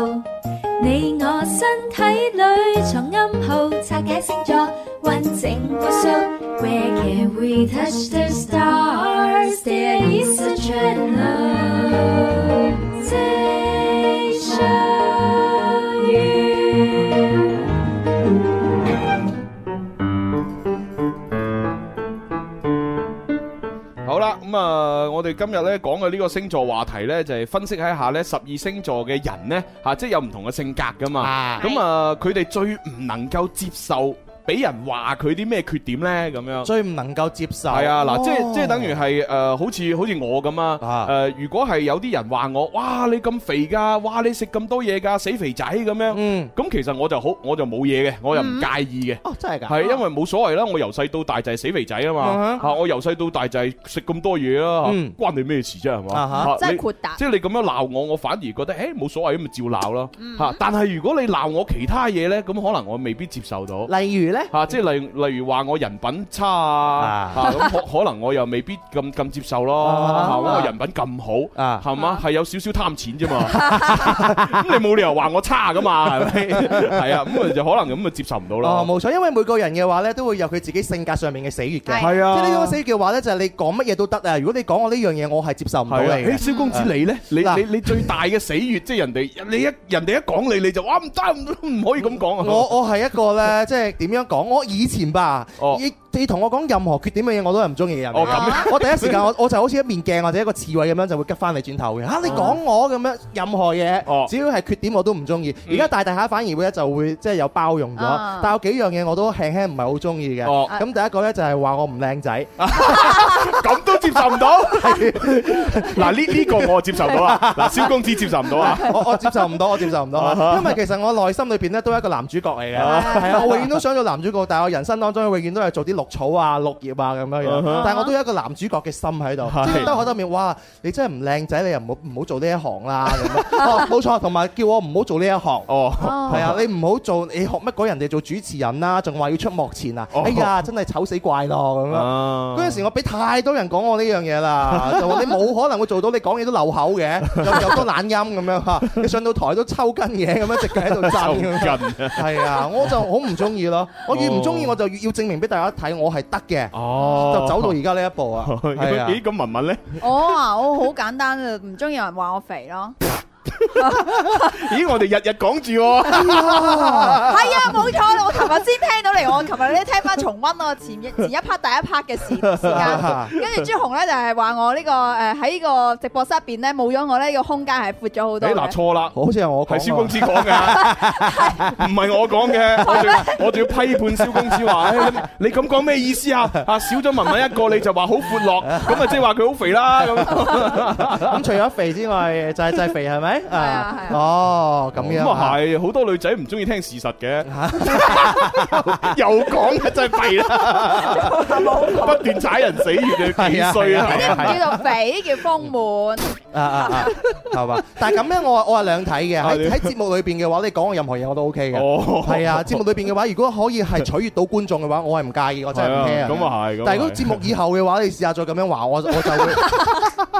你我身體裏藏暗號，拆解星座，完整個 show。Where can we touch the stars? There is a channel. Station you. 好啦，咁啊，我哋今日咧講嘅呢個星座話題咧，就係分析一下咧十二星座嘅人咧嚇，即係有唔同嘅性格噶嘛。咁啊，佢哋最唔能夠接受俾人話佢啲咩缺點咧，咁樣。最唔能夠接受係啊，嗱，即係哦即係等於係誒，呃好似好似我咁啊，誒，如果係有啲人話我，哇，你咁肥㗎，哇，你食咁多嘢㗎，死肥仔咁樣，咁其實我就好，我就冇嘢嘅，我又唔介意嘅，嗯哦真係㗎，係因為冇所謂啦，我由細到大就係死肥仔啊嘛嗯，嚇，我由細到大就係食咁多嘢啦嗯，關你咩事啫係啊嘛哈？嚇真係你豁達即係你咁樣鬧我，我反而覺得誒冇所謂咁咪照鬧咯嚇。但係如果你鬧我其他嘢呢，咁可能我未必接受到。例如咧，嚇，即係例例如話我人品差啊，嚇咁可 可能我又未必咁咁接受咯。啊嚇我人品咁啊好，係嘛？係有少少貪錢啫嘛。 咁你冇理由話我差噶嘛，係 咪？係啊，咁啊就可能咁啊接受唔到咯。哦，冇錯，因為每個人嘅話咧，都會有佢自己性格上面嘅死穴嘅。係啊即係呢種死穴嘅話咧，就係你講乜嘢都得啊。如果你講我呢樣嘢，我係接受唔到你係啊，嘅。誒，蕭公子你咧，你嗱你你最大嘅死穴，即係人哋你一人哋一講你，你就哇唔得唔得唔可以咁講啊！我我係一個咧，即係點樣講？我以前吧，哦你你同我講任何缺點嘅嘢，我都係唔中意嘅人嚟嘅。哦咁啊樣我第一時間我我就好似一面鏡或者一個刺猬咁樣，就會吉翻你轉頭嘅。嚇你講我咁樣，任何嘢，只要係缺點我都唔中意。而家大大下反而會咧就會即係有包容啊咗，但有幾樣嘢我都輕輕唔係好中意嘅。哦咁第一個咧就係話我唔靚仔。咁都接受唔到。嗱呢呢個我接受到啊，嗱蕭公子接受唔到啊。 我我接受唔到，我接受唔到 啊，因為其實我內心裏邊咧都係一個男主角嚟嘅，係啊，我永遠都想做男主角，但係我人生當中永遠都係做啲綠草啊、綠葉啊咁樣嗯哼樣，但係我都有一個男主角嘅心喺度，即係兜口兜面，哇！你真係唔靚仔，你又唔好唔好做呢一行啦咁 樣。哦，冇錯，同埋叫我唔好做呢一行。 哦，係啊，你唔好做，你學乜鬼人哋做主持人啦，仲話要出幕前啊！哦哎呀，真係醜死怪咯咁樣。啊嗰陣時我俾太多人講我呢樣 嘢啦，就話你冇可能會做到，你講嘢都漏口嘅，又又多懶音咁樣嚇， 你上到台都抽筋嘢咁樣，直腳喺度震抽 咁樣。筋啊！係啊，我就好唔中意咯。我越唔中意，我就越要證明俾大家睇，我係得嘅，哦，就走到而家呢一 步啊。係啊咦，咁文文咧？我啊，我好簡單啊，唔中意有人話我肥 咯。咦，我哋日日講住喎。係啊，冇錯啦，我琴日先聽到嚟，我琴日咧聽翻重温我前一 前一 part 第一 part 嘅時時間，跟住朱紅咧就係話我呢個誒喺呢個直播室入邊咧冇咗我呢個空間係闊咗好多誒，嗱嘅。錯啦， 好似係我講係啊蕭公子講嘅，唔係我講嘅，我仲要我仲要批判蕭公子話，誒你你咁講咩意思啊？啊，少咗文文一個你就話好闊落，咁啊即係話佢好肥啦咁。 咁除咗肥之外，就係就係肥係咪？啊啊，哦，咁樣咁啊啊係，好多女仔唔中意聽事實嘅，又講嘅真係弊啦，不斷踩人死穴你幾衰啊！呢啲唔叫做肥，叫豐滿。啊啊 啊，係嘛？但係咁咧，我我係兩睇嘅。啊喺你喺節目裏邊嘅話，你講我任何嘢我都 OK 嘅。哦係 啊，節目裏邊嘅話，如果可以係取悅到觀眾嘅話，我係唔介意，我真係唔係 care 啊嘅。咁啊係咁啊係但係如果節目以後嘅話，你試下再咁樣話我，我就 會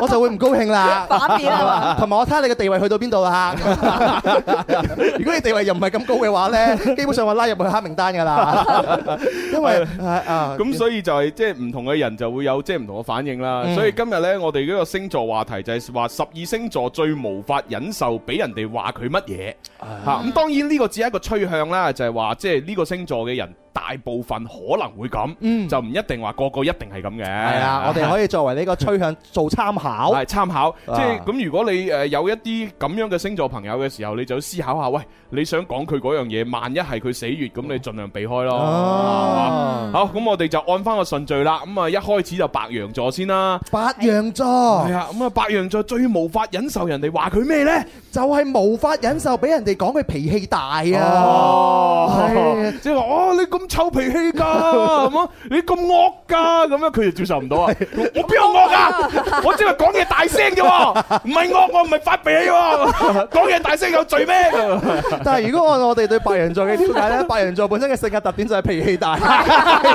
我就會唔高興 啦。反面啊嘛同埋我睇下你嘅地位去到邊度啦。 如果你地位又唔係咁高嘅話咧，基本上我拉入去黑名單 㗎啦。因為啊，咁所以就係即係唔同嘅人就會有即係唔同嘅反應啦。嗯所以今日呢，我哋嗰個星座話題就係話十二星座最無法忍受俾人哋話佢乜嘢啊嚇。咁當然呢個只係一個趨向啦，就係話即係呢個星座嘅人大部分可能會咁，就唔一定話個個一定係咁嘅。係嗯係啊，我哋可以作為呢個趨向做參考。係參考，即係啊咁。如果你誒有一啲咁樣嘅星座朋友嘅時候，你就思考下，喂，你想講佢嗰樣嘢，萬一係佢死穴，咁嗯你盡量避啊開咯。哦係嘛好，咁我哋就按翻個順序啦。咁啊，一開始就白羊座先啦。白羊座係啊，咁啊，白羊座最無法忍受人哋話佢咩呢？就係無法忍受俾人哋講佢脾氣大啊！ 哦係，即係話哦，你咁臭脾氣㗎，咁啊，你咁惡㗎，咁樣佢就接受唔到啊！我邊有惡啊？我只係講嘢大聲啫喎，唔係惡，我唔係發脾氣喎，講嘢大聲有罪咩？但係如果按我哋對白羊座嘅了解咧，白羊座本身嘅性格特點就係脾 氣大，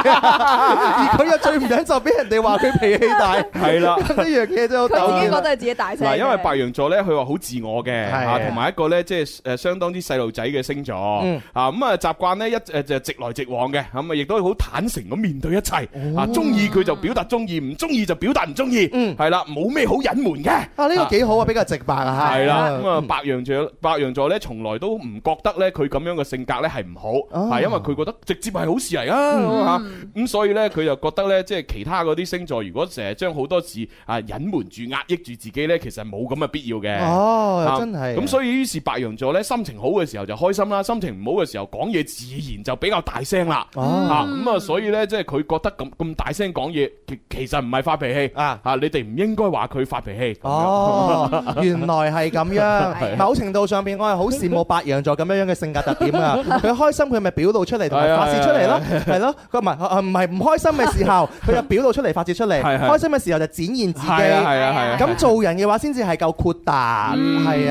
而佢又最唔忍受俾人哋話佢脾氣大，係啦咁呢樣嘢真係好佢自糾結己覺得啦。係自己大聲嘅。嗱，因為白羊座咧，佢話好自我嘅，係啊，同埋一個咧，即係誒相當之細路仔嘅星座，嗯啊，咁啊習慣咧一誒就直來直往嘅，咁啊亦都好坦誠咁面對一切，啊，中意佢就表達中意，唔中意就表達唔中意，哦嗯係啦，冇咩好隱瞞嘅。啊，呢個幾好啊，比較直白啊嚇。係啦，咁啊嗯白羊座白羊座咧，從來都唔覺得咧佢咁樣嘅性格咧係唔好，哦嗯係因為佢覺得直接係好事嚟啊嚇，咁所以咧佢就覺得咧，即係其他嗰啲星座如果成日將好多事啊隱瞞住、壓抑住自己咧，其實冇咁嘅必要嘅。哦啊，真係咁所以於是白羊座咧，心情好嘅時候就開心啦，心情唔好嘅時候講嘢自然就比較大聲啦。哦啊，咁啊，所以咧，即係佢覺得咁咁大聲講嘢，其其實唔係發脾氣啊啊，你哋唔應該話佢發脾氣。咁樣哦，原來係咁啊樣。某程度上邊，我係好羨慕白羊座咁樣樣嘅性格特點 啊！佢開心，佢咪表露出嚟同啊埋發泄出嚟咯，係咯。佢唔係啊唔係唔開心嘅時候，佢就表露出嚟發泄出嚟；係係開心嘅時候就展現自己。係啊係啊係啊咁做人嘅話，先至係夠豁達。係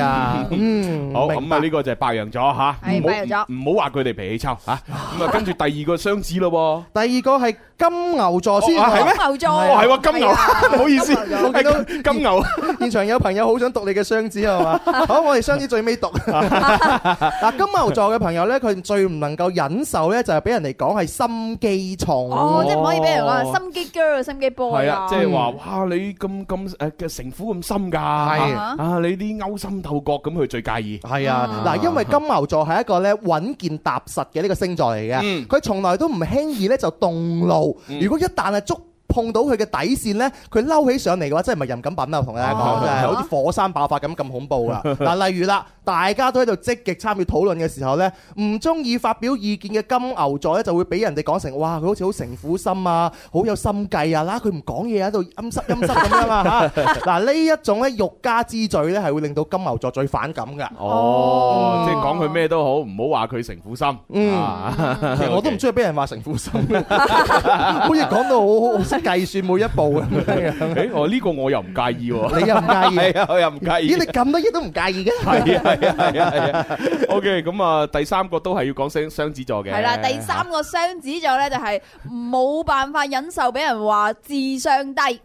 啊，嗯，好，明咁啊白呢個就係白羊座吓，係唔好白羊座唔唔好話佢哋脾氣臭吓。咁啊，跟住第二個雙子咯第二個係金牛座先哦啊係咩金牛座，喎，哦係喎，金牛， 唔好意思，我見到係金牛，現場有朋友好想讀你嘅雙子係嘛？ 好，我哋雙子最尾讀。嗱，金牛座嘅朋友咧，佢最唔能夠忍受咧，就係俾人哋講係心機重。哦，即係唔可以俾人哦講心機 girl、心機 boy 係啊，即係話嗯哇，你咁咁誒嘅城府咁深㗎，係啊啊，你啲勾心鬥角咁，佢最介意。係啊，嗱，因為金牛座係一個咧穩健踏實嘅呢個星座嚟嘅，嗯佢從來都唔輕易咧就動怒。如果一旦係觸碰到佢嘅底線咧，佢嬲起上嚟嘅話，真係唔係任錦品啊啦！我同大家講，哦真係好似火山爆發咁咁恐怖啦。嗱，例如啦，大家都喺度積極參與討論嘅時候咧，唔中意發表意見嘅金牛座咧，就會俾人哋講成哇，佢好似好城府心啊，好有心計啊，啦，佢唔講嘢喺度陰濕陰濕咁樣啊嚇。嗱，呢一種咧欲加之罪咧，係會令到金牛座最反感㗎。哦，即係講佢咩都好，唔好話佢城府深。嗯啊 其實我都唔中意俾人話城府深嘅，好似講到好好好識計算每一步 咁樣。誒，我呢個我又唔介意喎，你又唔介意？係啊，我又唔介意咦，你。咁多嘢都唔 介意嘅？係啊係啊係啊係啊，OK，咁啊第三個都係要講雙雙子座嘅。嗯係啦，第三個雙子座咧就係冇辦法忍受俾人話智 商低。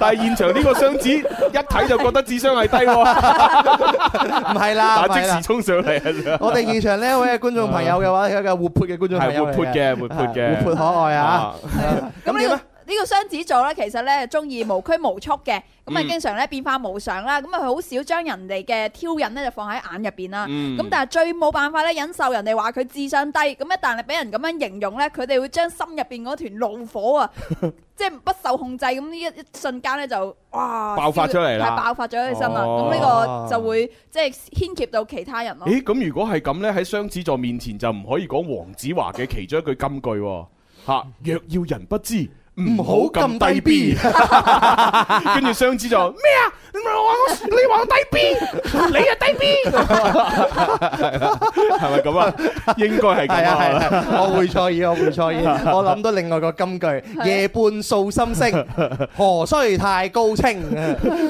但係現場呢個雙子一睇就覺得智商 係低啊喎，唔係啦，唔嗱係即啦時。衝上嚟啊！我哋現場呢位觀眾朋友嘅話，係一個活潑嘅觀眾朋友嚟係活潑嘅活潑嘅活潑可愛啊！咁咁點啊呢咧？個呢個雙子座咧，其實咧中意無拘無束嘅，咁啊嗯經常咧變化無常啦，咁啊佢好少將人哋嘅挑釁咧就放喺眼入邊啦。嗯咁但係最冇辦法咧忍受人哋話佢智商低，咁一旦係俾人咁樣形容咧，佢哋會將心入邊嗰團怒火 啊，即係不受控制咁呢一一瞬間咧就哇爆發出嚟啦係爆發咗起身啦。哦咁呢個就會即係牽涉到其他人咯。咦，咁如果係咁呢，喺雙子座面前就唔可以講黃子華嘅其中一句金句喎，嚇若要人不知。嗯唔好咁低 B，跟住雙子就咩啊？你話我你話我低 B，你啊低 B，係咪咁啊？應該係咁係啊係啊啊，我會錯意，我會 錯意。我諗到另外個金句：夜半掃 心聲，何須太高清？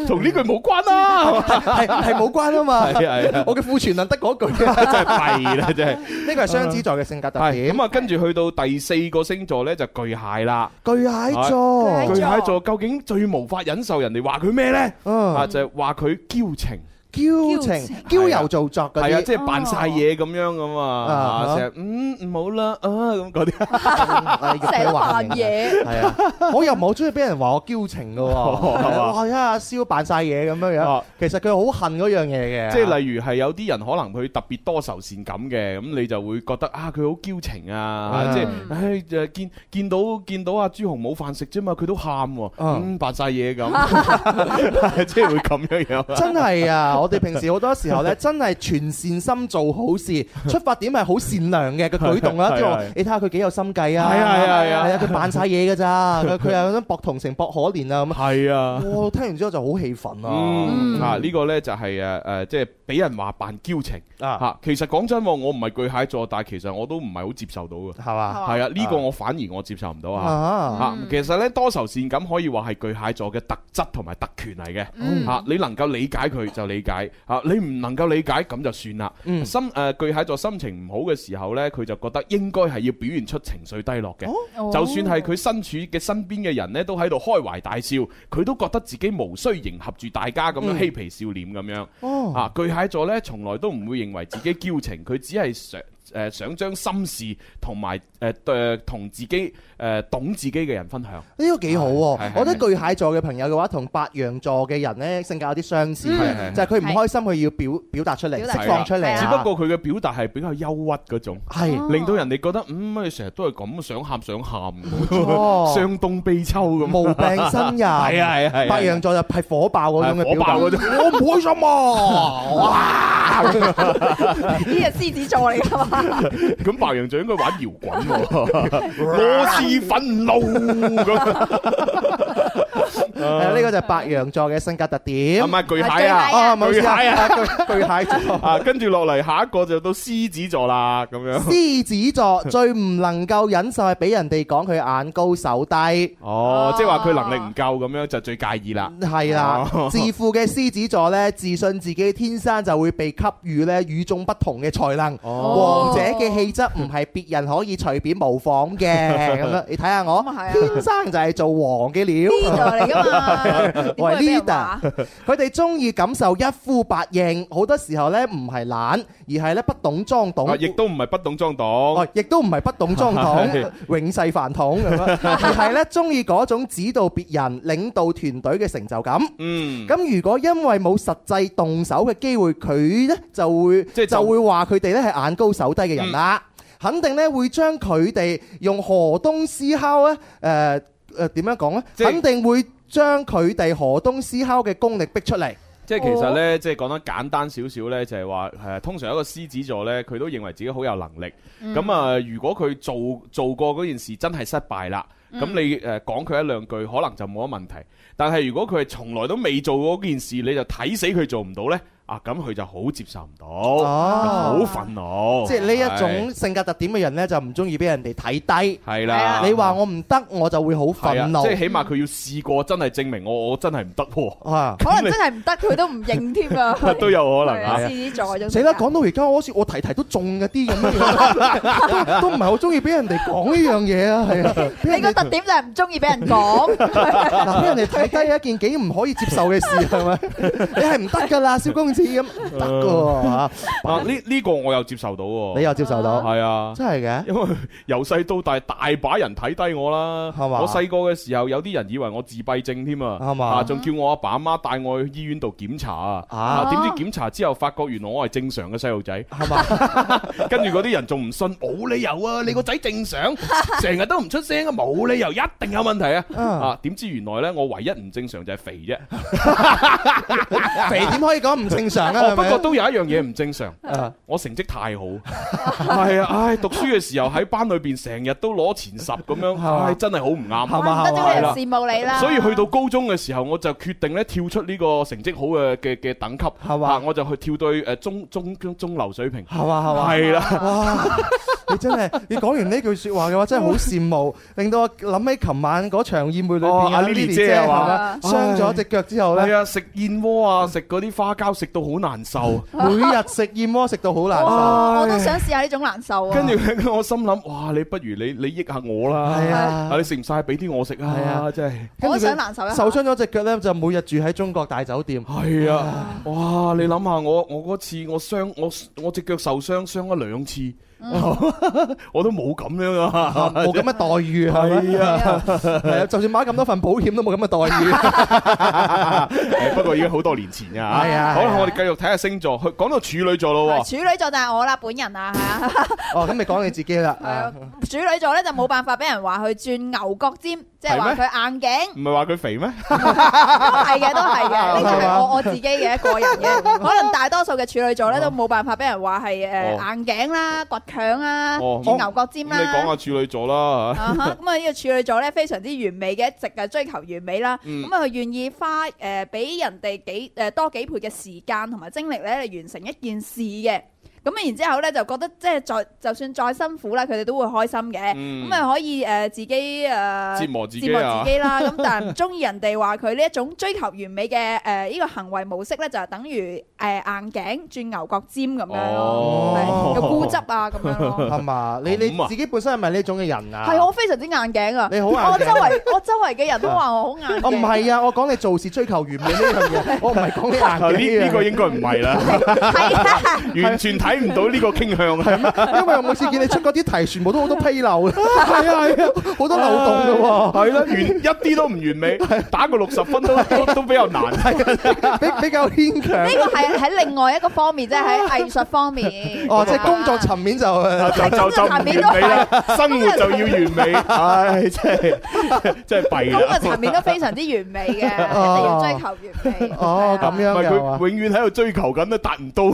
同呢句冇關啦，係係冇關啊嘛。係啊係啊我嘅庫存量得嗰句，真真係弊啦，真係。呢個係雙子座嘅性格特係點。咁啊，跟住去到第四個星座咧就巨蟹啦。巨蟹座，巨蟹座究竟最無法忍受人哋話佢咩咧？嗯啊，就係話佢矯情。嬌情、嬌柔造作嗰係啊，啲，即係扮晒嘢咁樣咁啊啊啊，成日嗯唔好啦啊咁嗰啲，成嘢係啊， 我又唔好中意俾人話我嬌 情嘅喎，哦係嘛哇！睇下阿蕭扮晒嘢咁樣樣啊，其實佢好恨嗰樣嘢嘅，即係例如係有啲人可能佢特別多愁善感嘅，咁你就會覺得啊佢好矯情啊，嗯即係唉就見見到見到阿朱紅冇飯食啫嘛，佢都喊喎，嗯嗯扮晒嘢咁， 即係會咁樣樣 啊。真係啊！我哋平時好多時候咧，真係全善心做 好事，出發點係好善良嘅個舉動啦。係即係話係你睇下佢幾有心計啊！係啊係啊係啊係啊！佢扮晒嘢㗎 咋，佢佢又咁博同情、博可憐啊咁。係啊。我聽完之後就好氣憤啊！嗯，啊呢個呢就係誒誒，即係俾人話扮矯情啊嚇。其實講真喎，我唔係巨蟹座，但係其實我都唔係好接受到嘅。係嘛？係啊，呢個我反而我接受唔到啊。啊！啊，其實咧多愁善感可以話係巨蟹座嘅特質同埋特權嚟嘅。嗯啊，你能夠理解佢就理解，啊，你唔能夠理解咁就算啦。嗯心誒巨蟹座心情唔好嘅時候呢，佢就覺得應該係要表現出情緒低落嘅。哦就算係佢身處嘅身邊嘅人呢，都喺度開懷大笑，佢都覺得自己無需迎合住大家咁樣嬉皮笑臉咁樣。嗯哦啊，巨蟹座呢，從來都唔會認為自己矯情，佢只係想。誒、想將心事同埋誒誒同自己誒、懂自己嘅人分享，呢個幾好係喎係！係我覺得巨蟹座嘅朋友嘅話，同白羊座嘅人呢，性格有啲相似係係嘅，係就係佢唔開心，佢要表表達出嚟，表達釋放出嚟啊。出嚟只不過佢嘅表達係比較憂鬱嗰種，係令到人哋覺得嗯乜你成日都係咁想喊想喊，錯傷冬悲秋咁。無哦病呻吟。 係啊係啊係啊白羊座就係火爆嗰種嘅表係啊火爆嗰達。我唔開心啊！ 哇！呢隻獅子座嚟㗎嘛？咁白羊座應該玩搖滾喎，我是憤怒咁。誒呢個就係白羊座嘅性格特 點。係咪巨蟹啊？啊，唔好意 思巨蟹啊，啊巨巨蟹座。啊，跟住落嚟下一個就到獅子座啦，咁樣。 獅子座最唔能夠忍受係俾人哋講佢眼高手低。哦，即係話佢能力唔夠咁樣就最介意啦。係啦哦，自負嘅獅子座呢，自信自己天生就會被給予呢與眾不同嘅才能。哦王者嘅氣質唔係別人可以隨便模仿 嘅咁樣。你睇下我咁啊係啊，天生就係做王嘅料。呢座嚟㗎嘛？ 我係點會俾人話 leader，佢哋中意感受一呼百應，好多時候呢唔係懶，而係呢不懂裝懂啊，。亦都唔係不懂裝哦懂。，亦都唔係不懂 裝係懂，永世飯桶咁 樣，而係呢中意嗰種指導別人、領導團隊嘅成就感。嗯，咁如果因為冇實際動手嘅機會，佢呢就會即係就嗯就會話佢哋呢係眼高手低嘅人啦。肯定呢會將佢哋用河東獅烤呢，呃誒誒點樣講呢？即係肯定會將佢哋河東獅烤嘅功力逼出嚟。即係其哦實呢，即係講得簡單少少呢，就係話誒，通常一個獅子座呢，佢都認為自己好有能力。嗯咁啊，如果佢做做過嗰件事真係失敗啦，嗯咁你誒講佢一兩句，可能就冇乜問題。但係如果佢係從來都未做過嗰件事，你就睇死佢做唔到呢，啊咁佢就好接受唔到，好哦，憤怒。即係呢一種性格特點嘅人呢，就唔中意俾人哋睇低。係係啦啊，你話我唔得，我就會好係憤啊怒即係起碼佢要試過，真係證明我我真係唔得喎， 啊！可能真係唔得，佢都唔認添啊！都有可能係啊啊，。獅子座嗰種死性啦！格講到而家，我好似我提提都中嗰啲咁樣， 都都唔係好中意俾人哋講呢樣嘢啊，係啊，俾人 你個哋特點就係唔中意俾人講，嗱俾人哋睇低一件幾唔可以接受嘅事係咪？ 你係唔得㗎啦，小公子咁唔得㗎喎啊啊，呢呢個我又接受到喎。你又接受到，係啊。真係嘅。 因為由細到大，大把人睇低我啦。係嘛我細個嘅時候，有啲人以為我自閉症添啊，係嘛啊仲叫我阿爸阿媽帶我去醫院度檢查啊。啊啊，點知檢查之後，發覺原來我係正常嘅細路仔。係嘛？ 嗯跟住嗰啲人仲唔信，冇理由啊！你個仔正 常，成日都唔出聲啊，冇理由一定有問題啊！啊啊，點知原來呢，我唯一唔正常就係肥啫。肥點可以講唔正正常啊，哦係咪？不過都有一樣嘢唔正常啊，我成績太 好，係啊，唉，讀書嘅時候喺班裏邊成日都攞前十咁 樣，嘛唉，真係好唔啱，啊係嘛得咗係人啦羨慕你啊啦。所以去到高中嘅時候，我就決定咧跳出呢個成績好嘅嘅嘅等級，係嘛我就去跳到誒中中中中流水平，係嘛係嘛啊係啊啦，哇，你真係，你講完呢句説話嘅話，真係好羨慕，令到我諗起琴晚嗰場宴會裏邊嘅哦阿 Lily Lily 姐，姐係係咪？嘛，傷咗隻腳之後呢，係啊，食燕窩啊，食嗰啲花膠食到好難受。每日食燕窩食到好難受。我我都想試下呢種難受啊。跟住咧，我心諗，哇！你不如你你益下我啦，係啊你食唔晒俾啲我食係啊啊，真係。跟住佢我都想難受一下。受傷咗隻腳呢，就每日住喺中國大酒店。係啊，哇！你諗下，我我嗰次我傷我我只腳受傷，傷咗兩次，嗯 我都冇咁樣 啊，冇咁嘅待遇，係咪？係啊，係啊，就算買咁多份保險都冇咁嘅待遇。 不過已經好多年 前啊。係啊好係啦啊，我哋繼續睇下星座，去講到處女座咯喎。處女座就係我啦，本人啊，係啊。哦，咁你講你自己啦，啊。 處女座咧就冇辦法俾人話佢轉牛角尖，即係話係咩佢硬頸。唔係話佢肥咩？都係嘅，都 係嘅，呢個係係嘛我我自己嘅一個人嘅。可能大多數嘅處女座咧都冇辦法俾人話係誒哦硬頸啦、倔強啦、哦鑽牛角咁尖你講啦。下處女座啦嚇啊哈！咁啊，呢個處女座咧非常之完美嘅，一直係追求完美啦。嗯咁啊，佢願意花誒俾人哋幾誒多幾倍嘅時間同埋精力咧嚟完成一件事嘅。咁啊，然之後咧就覺得即係再就算再辛苦啦，佢哋都會開心嘅。嗯咁啊，可以誒自己誒折磨自己折磨啊自！己啦。咁但係唔中意人哋話佢呢一種追求完美嘅誒呢個行為模式咧，就係等於誒硬頸轉牛角尖咁樣哦咯，係有固執啊咁 樣咯。係嘛？你-你咁啊。自己本身係咪呢種嘅人啊？係我非常之硬頸啊！你好硬頸我周圍我周圍嘅人都話我好硬哦頸。我唔係啊，我講你做事追求完美呢樣嘢，我唔係講你啊呢硬頸呢個應該唔係啦，係啊，完全睇唔到呢個傾向啊！ 因為我每次見你出嗰啲題，全部都好多紕漏嘅，係啊係啊，好多 漏洞係啦，完一啲都唔完美，打個六十分都都都比較難。嘅喎，比比較牽強呢。個係喺另外一個方面，即係喺藝術方面。啊哦，即係工作層面就誒就就就唔完美啦，生活就要完美，唉，真係真係弊咁嘅啦。層面都非常之完美嘅， 一定要追求完美。哦咁唔係樣啊嘅係嘛佢永遠喺度追求緊都達唔到，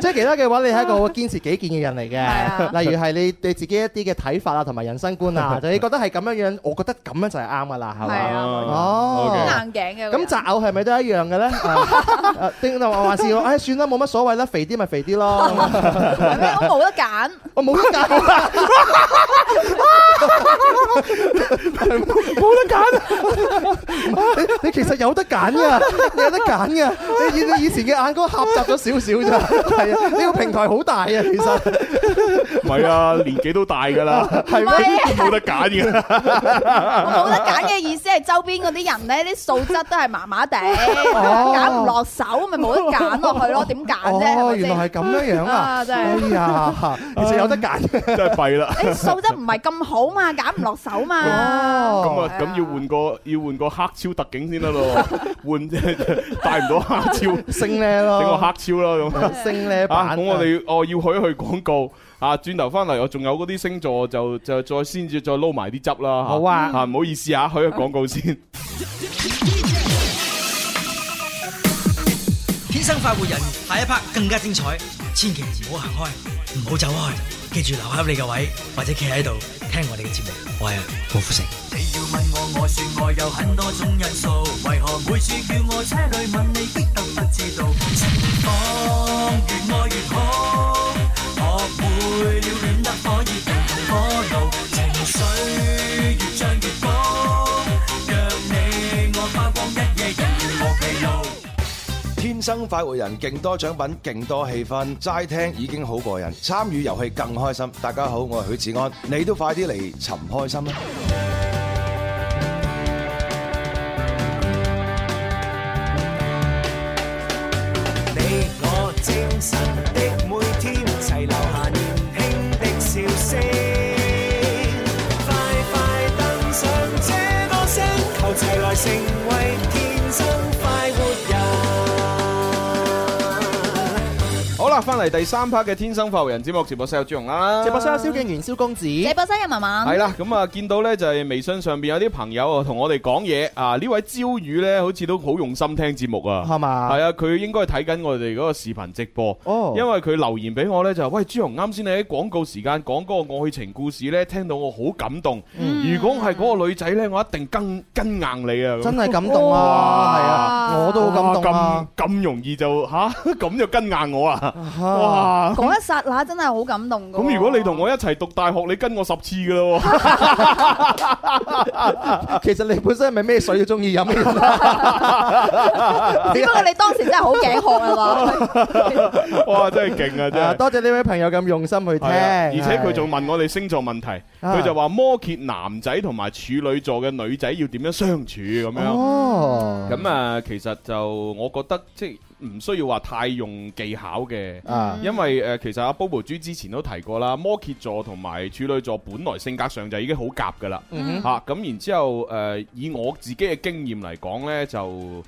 即係其他嘅話，你係一個堅持己見嘅人嚟啊嘅。例如係你你自己一啲嘅睇法啊，同埋人生觀 啊，就你覺得係咁樣樣，我覺得咁樣就係啱噶啦，係係嘛？啊哦 OK 好硬頸嘅。咁擇偶係咪都一樣嘅 咧？啊定話還 是我唉算啦，冇乜所謂啦，肥啲咪肥啲咯。 係咩？我冇得揀。我冇得揀，冇得揀。你你其實有得揀㗎，你有得揀㗎。你以你以前嘅眼光狹窄咗少少咋，係啊，呢個平台好大啊，其實唔係啊，年紀都大㗎啦，係唔係咩？啊冇得揀 嘅。我冇得揀嘅意思係周邊嗰啲人咧，啲素質都係麻麻地，揀唔落手，咪冇得揀落去咯。點揀啫？哦，係原來係咪咁樣樣啊！ 啊真係哎呀，其實有得揀 嘅。真係弊啦。先？誒素質唔係咁好嘛，揀唔落手嘛。哦咁啊，咁要換個要換個黑超特警先得咯，換 帶唔到黑 超，整升呢個咯，黑超啦咁。升呢啊，版。咁我哋哦要去一去廣告啊，轉頭翻嚟我仲有嗰啲星座就就再先至再撈埋啲汁啦。好啊嚇唔好意思啊，去一去廣告先。天生快活人，下一 part 更加精彩，千祈唔好行開，唔好走開，記住留喺你嘅位，或者企喺度聽我哋嘅節目。我係啊郭富城。你要問我，我說我有很多種因素，為何每次叫我車裏問你，必得不知道？情況越愛越好，學會了戀得可以平衡火怒，情緒越漲越高，讓你我花光一夜，人無疲勞。天生快活人，勁多獎品，勁多氣氛，齋聽已經好過癮，參與遊戲更開心。大家好，我係許志安，你都快啲嚟尋開心啦！你我精神的每天，齊留下年輕的笑聲。快快登上這個星球，齊來成為天生快活人。好啦，翻嚟第三 part 嘅《天生浮人》節目，直播室有朱紅啦，直播室有蕭敬元、蕭公子。你本身有文文系啦，咁啊見到咧就係微信上邊有啲朋友啊同我哋講嘢啊，呢位焦宇咧好似都好用心聽節目啊，係嘛係啊，佢應該睇緊我哋嗰個視頻直播，哦因為佢留言俾我咧就話喂朱紅，啱先你喺廣告時間講嗰個愛情故事咧，聽到我好感動，如果係嗰個女仔咧，我一定跟跟硬你啊，咁真係感動啊！係啊，我都好感動啊！咁咁容易就吓 咁就跟硬我啊，哇！嗰一剎那真係好感動噶。咁如果你同我一齊讀大學，你跟我十次噶 啦喎。其實你本身係咪咩水都中意飲嘅人啊？只不過你當時真係好頸渴啊嘛。哇，真 係勁啊！真啊係。多謝呢位朋友咁用心去係聽，啊而且佢仲問我哋星座問題，啊佢就話摩羯男仔同埋處女座嘅女仔要點樣相處咁樣。哦，咁啊，其實就我覺得即係唔需要話太用技巧嘅。啊因為誒、呃其實阿 Bobo 豬之前都提過啦，摩羯座同埋處女座本來性格上就已經好夾噶啦，啊嚇咁、嗯然之後誒、呃以我自己嘅經驗嚟講呢，就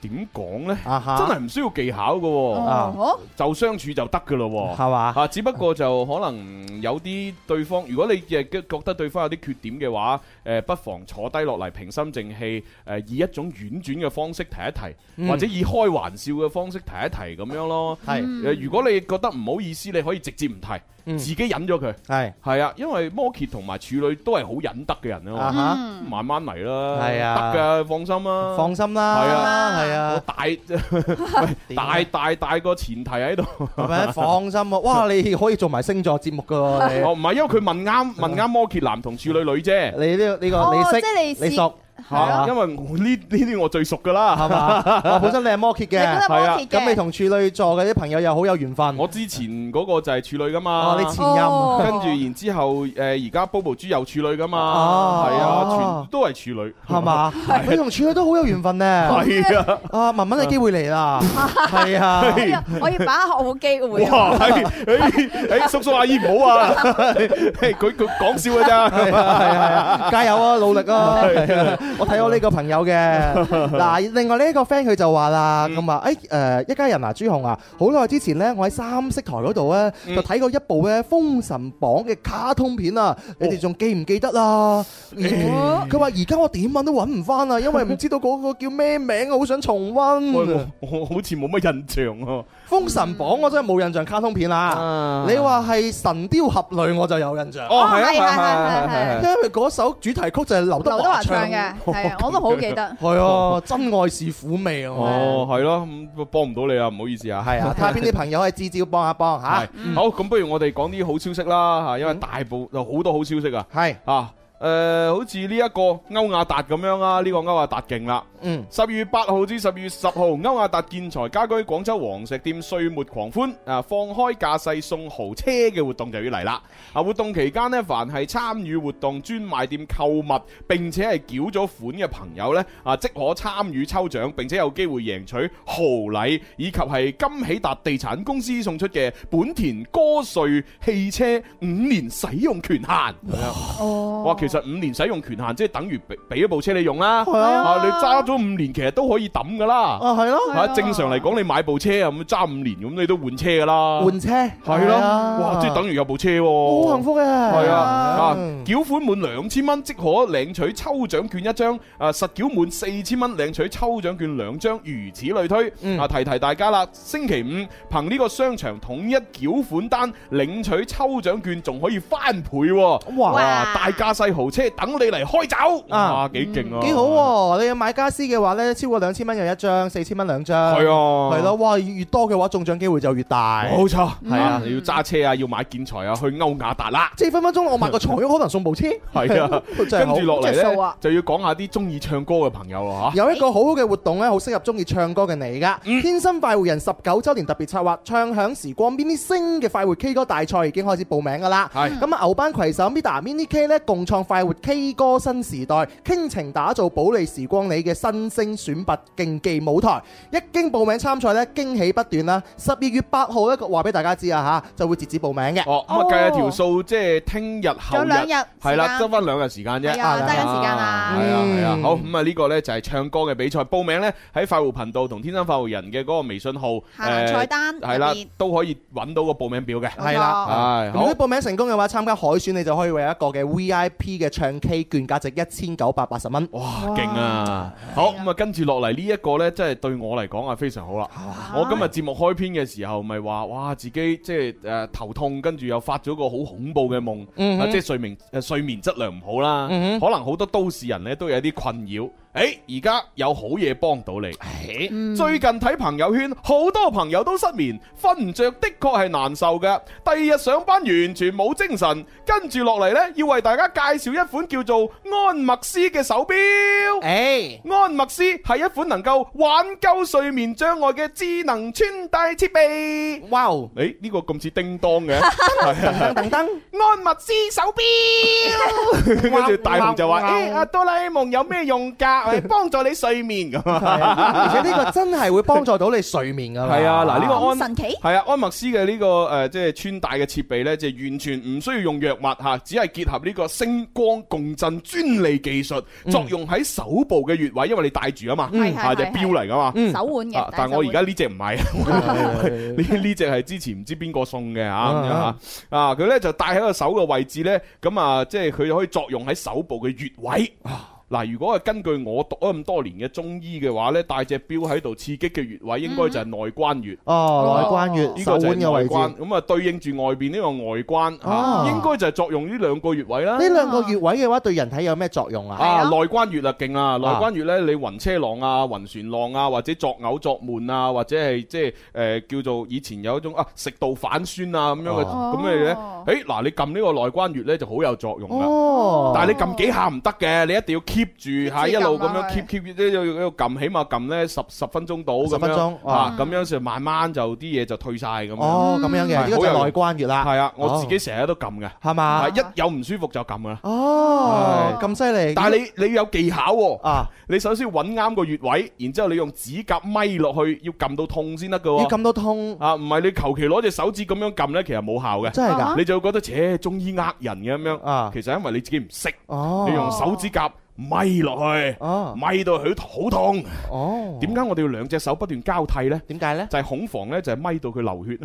點講呢？啊哈真係唔需要技巧嘅喎、啊哦，就相處就得噶咯喎。係嘛？啊，只不過就可能有啲對方，如果你誒覺得對方有啲缺點嘅話，誒、不妨坐低落嚟，平心靜氣，誒、以一種婉轉嘅方式提一提，嗯或者以開玩笑嘅方式提一提咁樣咯。係誒、如果你覺得唔好意思，你可以直接唔提，嗯自己忍咗佢。係係啊，因為摩羯同埋處女都係好忍得嘅人啊嘛，啊哈，嗯慢慢嚟啦，係啊得㗎，放心啦。放心係啦，啊我係啊，大喂大大大個前提 喺度。係咪？放心喎，哇！你可以做埋星座節目㗎喎，你哦，唔係，因為佢問啱問啱摩羯男同處女女啫，你呢個呢哦個你即係你識試你熟係啊嚇，啊因為我呢呢啲我最熟噶啦，係 嘛？我本身你係摩羯你覺得嘅，摩羯嘅？咁你同處女座嘅啲朋友又好有緣分。我之前嗰個就係處女噶嘛哦，，你前哦任跟住然之後誒而家 Bobo 豬有處女噶嘛哦，係啊，哦全都係處女，係？嘛？你同處女都好有緣分呢。係啊，啊，文文嘅機會嚟啦， 係啊，我要我要把握我機會啊。哇，哎係誒誒哎叔叔阿姨唔好啊，嘿佢佢講笑㗎 係咋，啊，係啊，加油啊，努力啊！我睇我呢個朋友嘅 嗱，另外呢一個 friend 佢就話啦，嗯咁啊，誒誒，一家人啊，朱紅啊，好耐之前呢，我喺三色台嗰度咧嗯就睇過一部咧《封神榜》嘅卡通片哦啊，你哋仲記唔記得啦？佢話而家我點揾都揾唔翻啊，因為唔知道嗰個叫咩名啊，好想喂重温。我我好似冇乜印象啊喎，封神榜我真係冇印象卡通片啊啦。你話係神雕俠侶我就有印象，哦係啊係係係啊係係啊係因為嗰首主題曲就係劉德劉德華華唱唱嘅，係啊，我都好記得。係啊，真愛是苦味啊！哦係咯，咁幫唔到你啊，唔好意思啊，係啊，睇下邊啲朋友係支招幫下幫係下。好咁，不如我哋講啲好消息啦嚇，因為大部有好多好消息啊。係，啊，誒、好似呢一個歐亞達咁樣啊，呢、個歐亞達勁啦！嗯，十二月八號至十二月十號，歐亞達建材家居廣州黃石店歲末狂歡啊，放開架勢送豪車嘅活動就要嚟啦！啊，活動期間呢，凡係參與活動專賣店購物並且係繳咗款嘅朋友呢，啊，即可參與抽獎，並且有機會贏取豪禮以及係金喜達地產公司送出嘅本田歌瑞汽車五年使用權限。哦哇，其實五年使用權限即係等於俾俾一部車你用啦，係啊啊你揸咗五年其實都可以抌噶啦，啊係咯，嚇正常嚟講你買部車啊咁揸五年咁你都換車噶啦，換車係咯，哇即係等於有部車喎，好幸福嘅，嗯係啊係啊，啊繳款滿兩千蚊即可領取抽獎券一張，啊實繳滿四千蚊領取抽獎券兩張，如此類推。嗯啊提提大家啦，星期五憑呢個商場統一繳款單領取抽獎券，仲可以翻倍喎。哇大架勢豪車等你嚟開走，啊哇幾勁啊！幾好喎！你要買家私嘅話咧，超過兩千蚊有一張，四千蚊兩張，係啊，係咯，，哇！越多嘅話，中獎機會就越大。冇錯，係啊你要揸車啊，要買建材啊，去歐亞達啦。即係分分鐘我買個床褥可能送 部車，係啊，真係跟好住落嚟着數呢啊，就要講下啲中意唱歌嘅朋友啦嚇。有一個好好嘅活動咧，好適合中意唱歌嘅你噶。嗯天生快活人十九周年特別策劃《唱響時光 mini 星》嘅快活 K 歌大賽已經開始報名噶啦。係咁啊，牛班攜手 Mida、Mini K 咧共創快活 K 歌新時代，傾情打造保利時光里嘅新星選拔競技舞台。一經報名參賽呢，驚喜不斷啦！十二月八號呢，話俾大家知啊吓，就會截止報名嘅。哦，咁啊計下條數，即係聽日後仲有兩日日係啦，時間得翻兩日時間啫，係啊揸緊時間係啦啊係啊，嗯好咁啊呢個咧就係唱歌嘅比賽，報名咧喺快活頻道同天生快活人嘅嗰個微信號下誒菜單係啦入面，都可以揾到個報名表嘅，係啦，啊係咁如好果。報名成功嘅話，參加海選你就可以為一個嘅 V I P 嘅唱 K 券，價值一千九百八十蚊。哇，勁啊！好咁啊，跟住落嚟呢一個呢，真係對我嚟講啊，非常好啦。我今日節目開篇嘅時候，咪話哇，自己即係誒頭痛，跟住又發咗個好恐怖嘅夢，嗯哼啊即係睡眠誒睡眠質量唔好啦。嗯哼可能好多都市人呢都有啲困擾。誒，而家有好嘢幫到你。嗯最近睇朋友圈，好多朋友都失眠，瞓唔着，的確係難受嘅。第二日上班完全冇精神，跟住落嚟呢，要為大家介紹一款叫做安默斯嘅手錶。誒、安默斯係一款能夠挽救睡眠障礙嘅智能穿戴設備。哇！誒，呢個咁似叮當嘅，係啊噔噔， 安默斯手錶。跟住大雄就 話：，哇哇誒，阿哆啦 A 夢有咩用㗎？誒幫助你睡眠咁係啊！而且呢個真係會幫助到你睡眠噶嘛。係啊，嗱呢個安神奇係啊，安默斯嘅呢個誒即係穿戴嘅設備咧，就完全唔需要用藥物吓，只係結合呢個星光共振專利技術，作用喺手部嘅穴位，因為你戴住啊嘛，嗯啊隻係係錶嚟噶嘛，嗯手腕嘅啊戴但係我手而家呢只唔係，啊 呢呢只係之前唔知邊個送嘅吓咁樣吓啊，啊佢咧就戴喺個手嘅位置咧，咁啊即係佢就可以作用喺手部嘅穴位。啊嗱，如果係根據我讀咗咁多年嘅中醫嘅話咧，戴隻錶喺度刺激嘅穴位應該就係內關穴。哦，內關穴、呢手個就係腕嘅位內置，關，呢咁啊對應住外邊呢個外關，啊嚇應該就係作用呢兩個穴位啦。兩個穴位嘅話，對人體有咩作用啊，啊？內關穴啦，勁啦！內關穴咧，你暈車浪啊、暈船浪啊，或者作嘔作悶啊，或者係即係誒叫做以前有一種啊食道反酸啊咁樣嘅哦咁嘅嘢咧。誒嗱，你撳呢個內關穴咧就好有作用啦。哦但係你撳幾下唔得嘅，你一定要 keep 住嚇住一路咁撳樣落去 keep keep 即係要要撳，起碼撳咧十十分鐘到咁樣。 10分鐘哦啊，咁樣就慢慢就啲嘢就退晒咁樣。哦，咁樣嘅，呢個就好有係內關穴啦。系啊，我自己成日都撳嘅，係嘛係一有唔舒服就撳噶啦。哦，咁犀利。但係你你要有技巧喎，啊！你首先要揾啱個穴位，然之後你用指甲咪落去，要撳到痛先得噶。要撳到痛啊！唔係你求其攞隻手指咁樣撳呢，其實冇效嘅。真係㗎你就會覺得，切中醫呃人嘅咁樣。啊，其實因為你自己唔識，哦你用手指甲咪落去，咪到佢好痛。哦，點解我哋要兩隻手不斷交替呢？點解呢？就係恐防呢，就係咪到佢流血。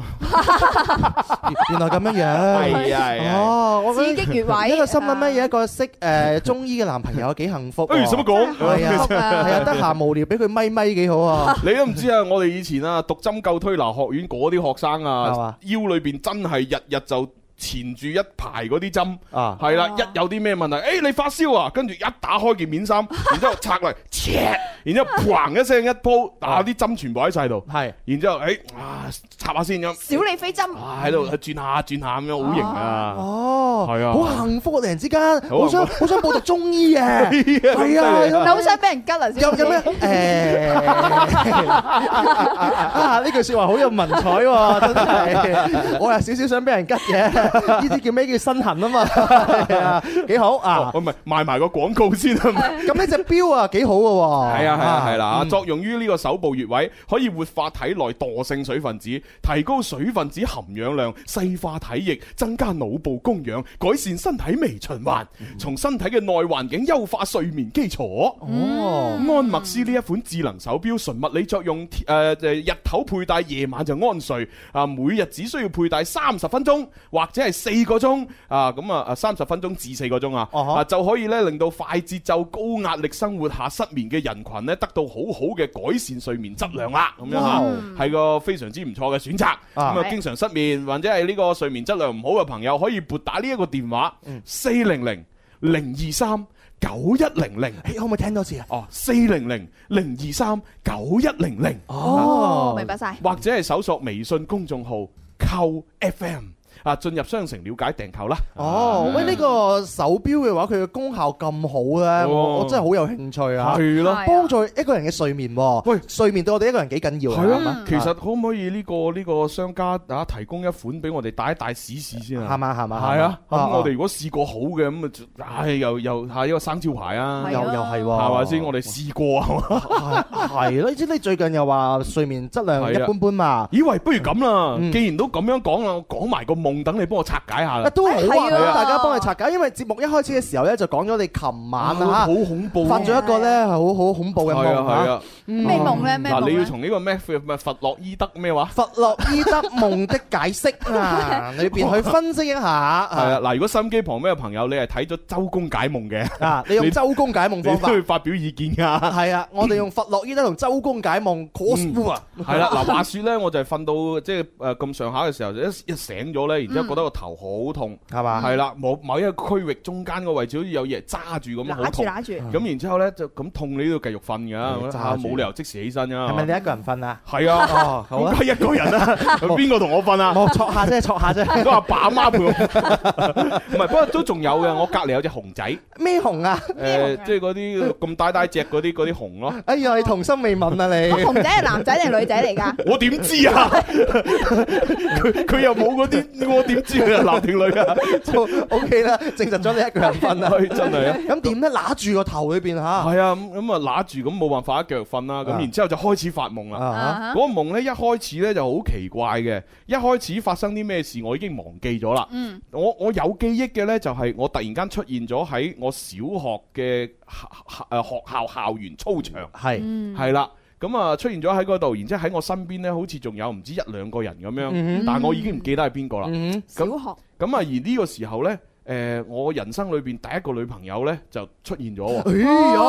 原來咁樣樣，係啊係啊哦，我刺激穴位一個心諗乜 À. 嘢？一個識誒中醫嘅男朋友幾幸 福喎。誒使乜講係啊，係 à. 啊，得閒無聊俾佢咪咪 幾好啊！你都唔知啊！我哋以前啊，讀針灸推拿學院嗰啲學生係嘛啊，腰裏邊真係日日就纏住一排嗰啲針，啊係啦，一有啲咩問題，誒你發燒啊，跟住一打開件面衫，然之後拆嚟， 切然之後砰一聲一鋪，啊打啲針全部喺晒度，係，然之後誒啊插下先咁，小李飛針啊喺嗯度轉下轉下咁樣，好型 啊！哦，係啊好幸福啊！突然之間，好好想幸好想報讀中醫 啊！係啊係咁犀利你啊啊，好想俾人吉啊！有有咩？啊！呢句説話好有文采 喎，真係。我有少少想俾人吉 嘅，呢啲叫咩叫身痕 啊嘛？係啊，幾好啊！我唔係賣埋個廣告先啊！咁呢只錶啊幾好嘅喎。係啊係啊係啦，啊嗯作用於呢個手部穴位，可以活化體內惰性水分子，提高水分子含氧量，細化體液，增加腦部供氧，改善身體微循環，嗯從身體嘅內環境優化睡眠基礎。哦，安默斯呢一款智能手錶純物理作用，誒、呃、就係日頭佩戴，夜晚就安睡。啊，每日只需要佩戴三十分鐘，或者係四個鐘啊，咁啊啊三十分鐘至四個鐘啊，哦啊就可以咧令到快節奏、高壓力生活下失眠嘅人群咧得到好好嘅改善睡眠質量啦，咁樣嗯哇嚇。係個非常之唔錯嘅選擇。咁啊啊，經常失眠或者係呢個睡眠質量唔好嘅朋友，可以撥打呢一個電話嗯四零零零二三九一零零。你可唔可以聽多次啊？哦，四零零零二三九一零零。哦明白晒或者係搜索微信公眾號扣 FM。啊進入商城了解訂購啦。哦，喂，呢個手錶嘅話，佢嘅功效咁好咧，我哦我真係好有興趣啊！係咯係啊幫助一個人嘅睡眠喎。喂，睡眠對我哋一個人幾緊要係啊，其實可唔可以呢個呢個商家啊提供一款俾我哋戴一戴試試先啊？係嘛係嘛係啊，係嘛啊咁我哋如果試過好嘅咁啊，唉又又係一個生招牌啊，又又係哦喎係咪先？我哋試過啊 係嘛。係咯，即係你最近又話睡眠質量一係啊般般嘛。以為不如咁啦嗯，既然都咁樣講啦，我講埋個夢，等你幫我拆解下啦。都好啊！係大家幫你拆解，因為節目一開始嘅時候咧，就講咗你琴晚啊，好恐怖，發咗一個咧係好好恐怖嘅嗯係啊夢係啊啊！，嗯咩夢咧咩夢嗱，咧你要從呢個咩咩佛洛伊德咩話？佛洛伊德夢的解釋啊，裏邊去分析一係下。啊，嗱，如果心機旁邊嘅朋友，你係睇咗周公解夢嘅啊， 你用周公解夢方法你都要發表意見 㗎。係啊，我哋用佛洛伊德同周公解夢 cos 啊，係啦，嗱，話説咧，我就係瞓到即係誒咁上下嘅時候，一一醒咗咧，然之後覺得個頭好痛，係嘛係啊啦，某某一個區域中間個位置好似有嘢揸住咁，好痛。揦住揦住咁然之後咧就咁痛，你都要繼續瞓㗎，嗯啊揸住冇理由即時起身㗎。係咪你一個人 瞓啊？係啊哦， 好咁啊梗係一個人 啦，咁邊個同我瞓啊？我戳下啫，戳下啫。都阿爸阿媽陪 我，唔係，不過都仲有嘅。我隔離有隻熊仔，咩紅啊？哦誒，即係嗰啲咁大大隻嗰啲嗰啲熊咯。哎呀，你童心未泯啊 你！熊仔係男仔定女仔嚟㗎？我點知啊？佢佢又冇嗰啲，我點知佢係男定女啊？ O K 啦，證實咗你一個人瞓啦，係真 係啊咁點咧？揦住個頭裏邊吓，係啊，咁咁啊揦住咁冇辦法，一腳瞓啦。咁啊然之後就開始發夢啊 Ờ 啦。嗰個夢呢，一開始呢就好奇怪嘅，一開始發生啲咩事我已經忘記咗啦。嗯，我我有記憶嘅呢，就係我突然間出現咗喺我小學嘅誒學校校園操場，Ừ. 嗯係係啦。咁啊出現咗喺嗰度，然之後喺我身邊呢，好似仲有唔知一兩個人咁嗯樣哼，但係我已經唔記得係邊個啦。嗯小學咁啊，而呢個時候呢，誒、我人生裏邊第一個女朋友呢，就出現咗哎喎。呀，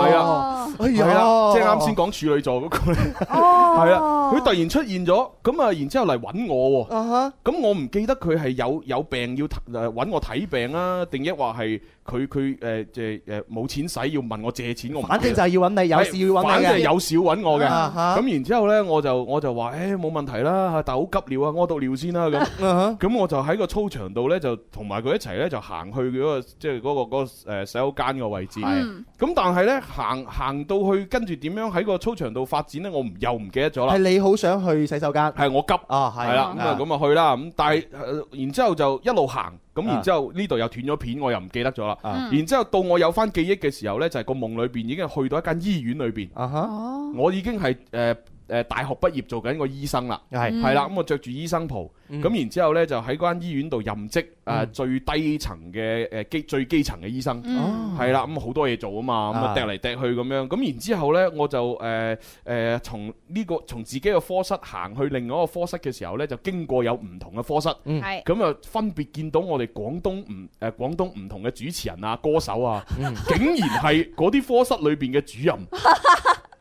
係係啊，哎呀，係啦，即係啱先講處女座嗰個咧，係 아. 哦啦，佢突然出現咗，咁啊，然之後嚟揾我喎，啊哈，咁我唔記得佢係有有病要誒揾我睇病啊，定抑或係佢佢誒即係誒冇錢使要問我借錢，我唔記得反正就係要揾你，有事要揾反你正係嘅，有事要揾我嘅。啊哈咁然之後呢，我就我就話誒冇問題啦，但係好急尿啊，屙到尿先啦咁。啊咁我就喺個操場度呢，就同埋佢一齊呢，就行去嗰、個即係嗰個嗰、個誒洗手間嘅位置。嗯咁但係呢，行行到去跟住點樣喺個操場度發展呢？我唔又唔記得咗哈，係啦。你好想去洗手間係我急。啊，係係啦，咁啊咁啊去啦，咁但係呃然之後就一路行，咁啊然之後呢度又斷咗片，我又唔記得咗啦。啊然之後到我有翻記憶嘅時候呢，就係個夢裏邊已經去到一間醫院裏邊，啊哈，哦，我已經係誒誒大學畢業做緊個醫生啦。係係啦，咁我着住醫生袍，嗯咁然之後呢，就喺嗰間醫院度任職，誒嗯最低層嘅誒基最基層嘅醫生， 음. 哦嗯係啦，咁好多嘢做啊嘛，咁啊啊趯嚟趯去咁樣，咁然之後呢，我就誒誒從呢個從自己嘅科室行去另外一個科室嘅時候呢，就經過有唔同嘅科室，嗯係咁啊分別見到我哋廣東唔誒廣東唔同嘅主持人啊、歌手啊，竟然係嗰啲科室裏邊嘅主任，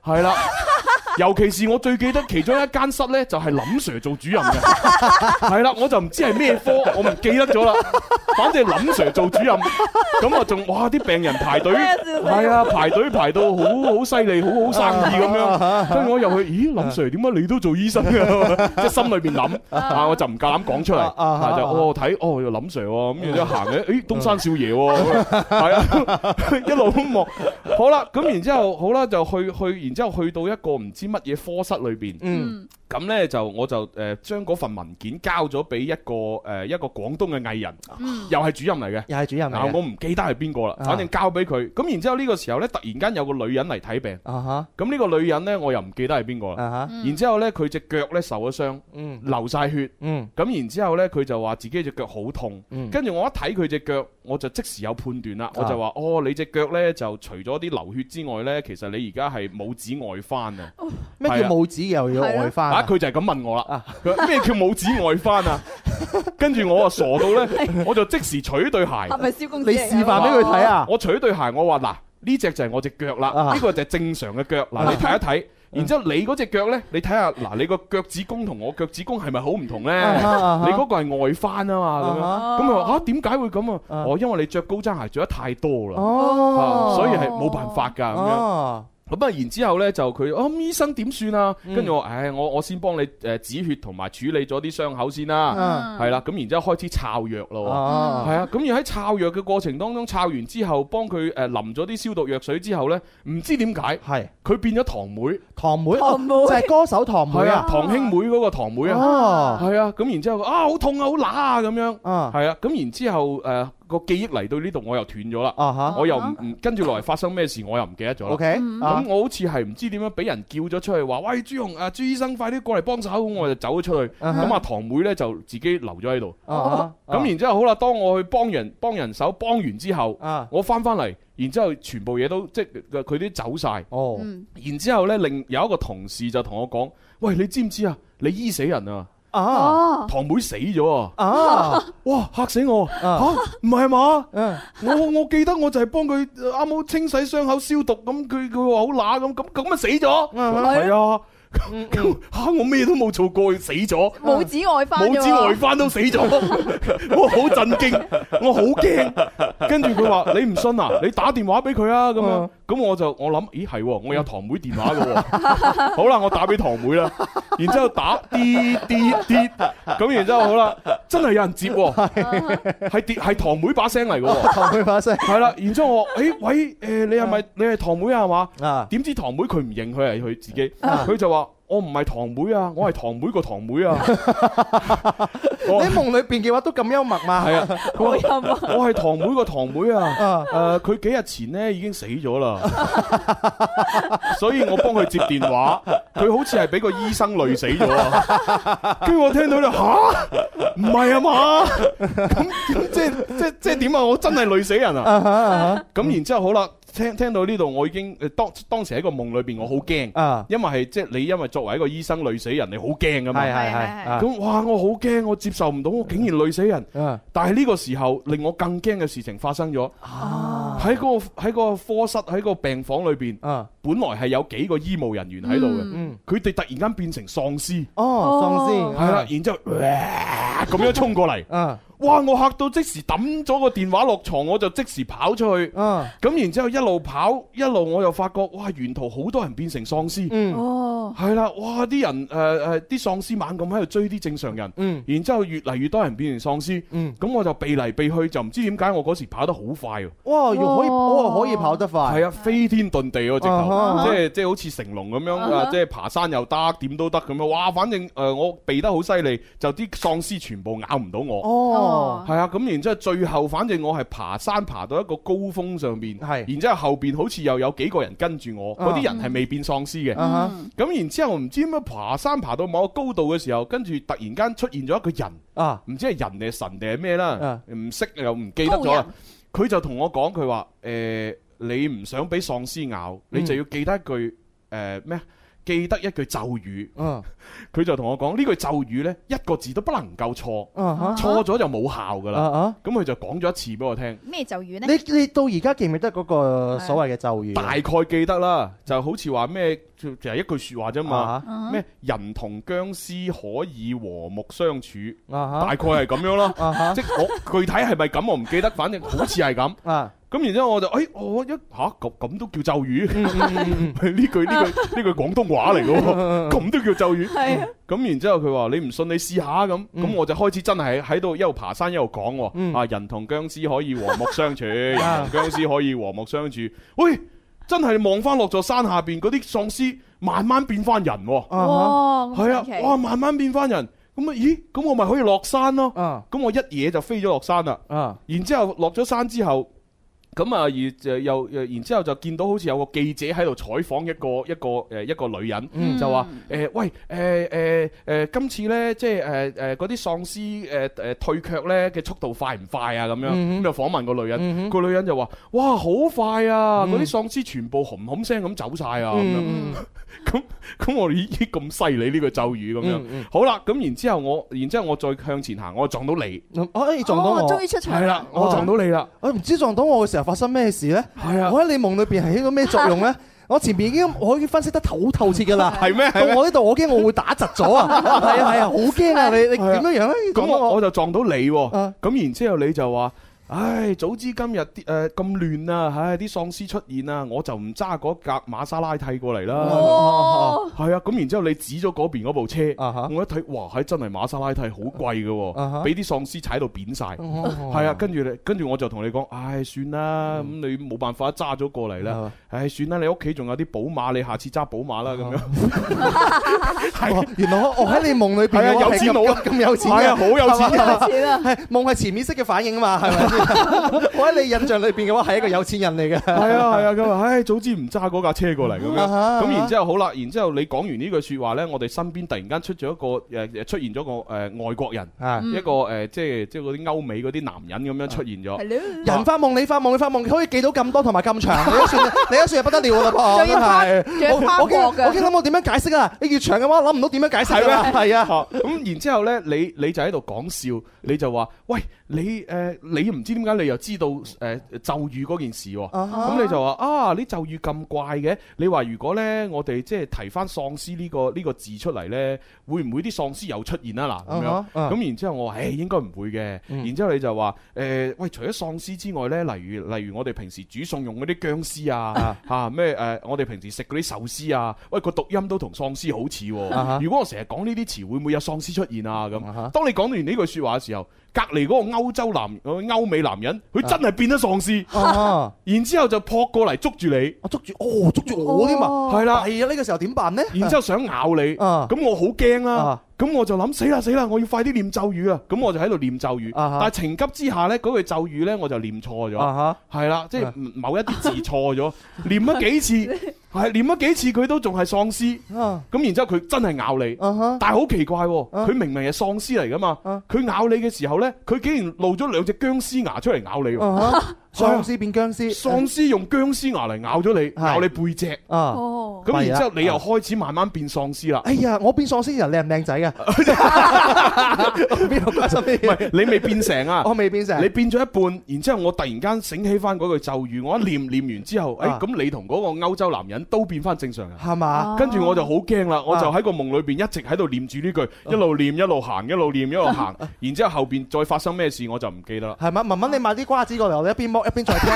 係啦。尤其是我最記得其中一間室呢，就係林 Sir 做主任嘅，係啦，我就唔知係咩科，我唔記得咗啦。反正林 Sir 做主任，咁啊仲哇啲病人排隊，係啊排隊排到好好犀利，好好生意咁樣。跟住我入去，咦林 Sir 點解你都做醫生嘅？即係心裏邊 諗啊，我就唔夠膽講出嚟，啊啊啊啊就哦睇哦又林 Sir 喎，咁然之後行嘅，誒東山少爺 喎，係啊 一路咁望。好啦，咁然之後好啦，就去去，然之後去到一個唔知乜嘢科室裏邊。嗯嗯咁呢，就我就誒將嗰份文件交咗俾一個誒、呃一個廣東嘅藝人，嗯，又係主任嚟嘅。又啊係主任嗱，嚟我嘅，唔記得係邊個啦，啊反正交俾佢。咁然之後呢個時候呢，突然間有個女人嚟睇病。啊哈咁呢個女人呢，我又唔記得係邊個啦。啊哈，嗯然之後呢，佢只腳呢受咗傷，嗯流晒血。嗯咁然之後呢，佢就話自己只腳好痛。嗯啊跟住我一睇佢隻腳，我就即時有判斷啦。我就話：哦，你隻腳呢，就除咗啲流血之外呢，其實你而家係拇指外翻啊！咩係叫啊拇指又要外翻啊！啊？佢就係咁問我啦啊。佢話咩叫拇指外翻 啊？跟住我啊傻到呢，我就即時取對鞋。係啊咪蕭 公子你嚟㗎示範俾佢睇啊？我取對鞋，我話嗱，呢只就係我只腳啦，啊呢個就係正常嘅腳。嗱，你睇一睇。然之後你嗰只腳呢，你睇下嗱，你個腳趾公同我腳趾公係咪好唔同呢？啊哈啊哈你嗰個係外翻啊嘛，咁樣啊咁 뭐, 哦 어? 佢話嚇點解會咁啊？啊 Ờ, 哦，因為你着高踭鞋着得太多啦，啊哦，所以係冇辦法㗎咁樣。哦，咁啊，然之後咧就佢，哦，咁醫生點算啊？跟住我，唉，我我先幫你誒止血同埋處理咗啲傷口先啦， 아, 嗯係啦。咁然之後開始摷藥 Ờ. 咯喎，哦係啊。咁而喺摷藥嘅過程當中，摷完之後幫佢誒淋咗啲消毒藥水之後咧，唔知點解係佢變咗堂妹，堂妹哦就係歌手堂妹係啊啊，，堂兄妹嗰個堂妹啊哦，係啊。咁然之後啊，好痛啊，好乸啊咁樣，Ờ. 係啊。咁然之後誒個記憶嚟到呢度，我又斷咗啦，我又唔唔跟住落嚟發生咩事，我又唔記得咗啦。啊 Ờ OK，嗯 Ờ. 啊咁我好似係唔知點樣俾人叫咗出去，話喂朱紅啊朱醫生快啲過嚟幫手，咁我就走咗出去。啊哈咁啊堂妹呢就自己留咗喺度。啊哈咁然之後好啦，當我去幫人幫人手幫完之後，Ờ. 我翻翻嚟，然之後全部嘢都即係佢啲走晒。哦 Ừ. 嗯然之後呢，另有一個同事就同我講：，喂，你知唔知啊？你醫死人啊！Ờ. 어. Ờ. 哦堂妹死咗啊！啊哇，嚇死我！啊嚇唔係嘛？Ừ. 我我記得我就係幫佢呃啱好清洗傷口消毒，咁佢佢話好乸咁，咁咁咪死咗？嗯係啊！ 嚇我咩都冇做過，死咗。母子外翻母子 어, 外翻都死咗，我好震驚，我好驚。跟住佢話：你唔信啊？你打電話俾佢啊！咁樣，咁我就我諗，咦係喎，我有堂妹電話嘅喎。 好啦，我打俾堂妹啦，然之後打啲啲啲，咁然之後好啦，真係有人接喎，係跌係堂妹把聲嚟嘅喎，堂妹把聲係啦。然之後我 話：誒喂誒，你係咪你係堂妹啊？係嘛？Ờ. 點知堂妹佢唔認佢係佢自己，啊佢就話。我唔係堂妹啊，我係堂妹個堂妹啊。啊 你喺夢裏邊嘅話都咁幽默嘛？系啊，佢話 我係堂妹個堂妹 啊，誒佢幾日前咧已經死咗 啦，所以我幫佢接電話，佢好似係俾個醫生累死咗啊， 跟住我聽到咧吓，唔係啊嘛，咁咁即係即係即係點啊？我真係累死人 Ờ 啊！咁然之後好啦。聽聽到呢度，我已呃經誒當當時喺個夢裏邊，我好驚，Ờ. 因為係即係你因為作為一個醫生累死人，你好驚噶嘛。係係係係咁哇，我好驚，我接受唔到，我竟然累死人。Ờ. 但係呢個時候，令我更驚嘅事情發生咗。啊喺嗰個喺嗰個科室喺個病房裏邊，Ờ. 本來係有幾個醫務人員喺度啊嗯嘅，佢哋突然間變成喪屍。哦喪屍係啦，然之後呃咁樣衝過嚟。哇！我嚇到即時抌咗個電話落床，我就即時跑出去。Ờ. 咁然之後一路跑，一路我又發覺，哇！沿途好多人變成喪屍。嗯 Ừ. 음. 哦，係啦，哇！啲人誒誒啲喪屍猛咁喺度追啲正常人，然之後越嚟越多人變成喪屍，咁、嗯我就避嚟避去，就唔知點解我嗰時跑得好快喎。哇，又可以，哇，可以跑得快，係啊，飛天遁地喎，直啊哈頭，即係即係好似成龍咁樣啊啊哈，即係爬山又得，點都得咁樣。哇，反正誒我避得好犀利，就啲喪屍全部咬唔到我。哦係啊，咁然之後最後，反正我係爬山爬到一個高峰上邊，然之後後邊好似又有幾個人跟住我，哦嗰啲人係未變喪屍嘅。啊咁然之後唔知點樣爬山爬到某個高度嘅時候，跟住突然間出現咗一個人，啊，唔知係人定係神定係咩啦，唔識又唔 네, 記得咗啦高人。佢就同我講，佢話誒你唔想俾喪屍咬，嗯你就要記得一句誒咩啊？記得一句咒語，嗯佢就同我講呢句咒語呢，一個字都不能夠錯，啊哈錯咗就冇效噶啊啦哈。咁佢就講咗一次俾我聽，咩咒語呢？你你到而家記唔記得嗰個所謂嘅咒語？啊大啊概記得啦，就好似話咩，就就係一句説話啫啊嘛哈， 네. 咩人同僵屍可以和睦相處，啊大概係咁樣 咯啊哈，即係我具體係咪咁我唔記得，反正好似係咁。啊咁然之後我就，誒我一吓咁咁都叫咒語，嗯呢句 呢句呢句廣東話嚟嘅 喎，咁都叫咒語。係啊 음. 咁然之後佢話你唔信你試下咁，咁我就開始真係喺度一路爬山一路講喎，啊人同僵屍可以和睦相處，人同僵屍可以和睦相處。喂，真係望翻落座山下邊嗰啲喪屍慢慢變翻人喎，哇咁係啊神，奇 음. 哇慢慢變翻人。咁啊，咦？咁我咪可以落山咯。啊咁我一嘢就飛咗落山啦。然之後落咗山之後。咁啊，而就又又然之後就見到好似有個記者喺度採訪一個一個誒一個女人，嗯就話呃誒、喂誒誒呃誒，今次咧即係誒誒嗰啲喪屍誒誒退卻咧嘅速度快唔快啊？咁樣嗯咁就訪問個女人，個女人就話：哇，好快啊！嗯嗰啲喪屍全部冚冚聲咁走晒啊！咁樣嗯咁咁我哋咦咦咁犀利呢個咒語咁嗯樣，好啦，咁然之後我，然之後我再向前行，我撞到你。哦，你撞到 뭐. 我，終於出場啦係啦哦我撞到你啦。我唔知撞到我嘅時候發生咩事咧？係啊，我喺你夢裏邊係起到咩作用 咧？我前邊已經我已經分析得好透徹㗎啦。係咩係到咩我呢度，我驚我會打窒咗啊！ 係啊係啊，好驚啊！你你係啊點樣樣咧？咁我我就撞到你喎，咁然之後你就話唉，早知今日啲誒咁亂啊，唉啲喪屍出現啊，我就唔揸嗰架馬莎拉蒂過嚟啦。哦係啊，咁然之後你指咗嗰邊嗰部車，我一睇，哇，係真係馬莎拉蒂好貴嘅啊哈喎，俾啲喪屍踩到扁晒。哦係啊，跟住你，跟住我就同你講，唉，算啦，咁你冇辦法揸咗過嚟嗯啦，唉，算啦，你屋企仲有啲寶馬，你下次揸寶馬啦咁樣。哦 原來我我喺你夢裏邊係啊我係有錢佬啊咁咁咁有錢嘅係啊好有錢啊係嘛有錢啊係夢係潛意識嘅反應啊嘛，係咪 先？我喺你印象裏邊嘅話係一個有錢人嚟嘅。係啊係啊，佢話唉，早知唔揸嗰架車過嚟咁樣。啊哈咁然之後好啦，然之後你講完呢句説話呢，我哋身邊突然間出咗一個誒誒出現咗個誒外國人，啊一個誒即係即係嗰啲歐美嗰啲男人咁樣出現啊咗。人發夢，你發夢，你發夢，可以記到咁多同埋咁長， 你一算，你一算係不得了啦噃，仲要跨仲要真係。跨我我國驚㗎我驚諗我點樣解釋啊！你越長嘅話，諗唔到點樣解釋啦。係啊，哦咁然之後呢，你你就喺度講笑，你就話：喂，你誒你唔知點解你又知道誒咒語嗰件事喎？哦咁你就話啊，呢咒語咁怪嘅，你話如果呢，我哋即係提翻喪屍呢個呢個字出嚟呢，會唔會啲喪屍又出現啊？嗱，咁樣啊嗯哈咁然之後我話誒應該唔會嘅，然之後你就話誒喂，除咗喪屍之外呢，例如例如我哋平時煮餸用嗰啲僵屍啊嚇咩誒，我哋平時食嗰啲壽司啊，喂個讀音都同喪屍好似啊哈喎。如果我成日講呢啲詞，會唔會有喪屍出現啊？咁啊哈，當你講完呢句説話嘅時候，隔離嗰個歐洲男、呃歐美男人，佢真啊係變咗喪屍。哦，然之後就撲過嚟捉住你，我捉住，哦，捉住我添啊！係啦係啊，呢個時候點辦呢？然之後想咬你，啊咁我好驚啦啊，咁我就諗死啦死啦，我要快啲念咒語啊！咁我就喺度念咒語，啊哈但係情急之下呢，嗰句咒語呢，我就念錯咗，啊係啦，即係嗯某一啲字錯咗，念咗幾 次，係念咗幾次佢都仲係喪屍，哈啊咁然之後佢真係咬你。啊哈！但係好奇怪喎，啊佢明明係喪屍嚟噶嘛啊，佢咬你嘅時候呢，佢竟然露咗兩隻僵屍牙出嚟咬你喎，啊哈！喪屍變僵屍，喪屍用僵屍牙嚟咬咗你，係咬你背脊。啊！ 어. 哦，咁然之後係啊你又開始慢慢變喪屍啦。 哎呀，我變喪屍人靚唔靚仔噶？唔邊個關心呢啲係你未變成啊 我，未變成，你變咗一半，然之後我突然間醒起翻嗰句咒語，我一念念完之後，啊誒咁你同嗰個歐洲男人都變翻正常人。係嘛？跟住我就好驚啦，我就啊喺個夢裏邊一直喺度念住呢句，一路念一路行，一路念一路行，啊然之後後邊再發生咩事我就唔記得啦。係嘛？文文，你買啲瓜子過嚟，我哋一邊剝一邊再聽。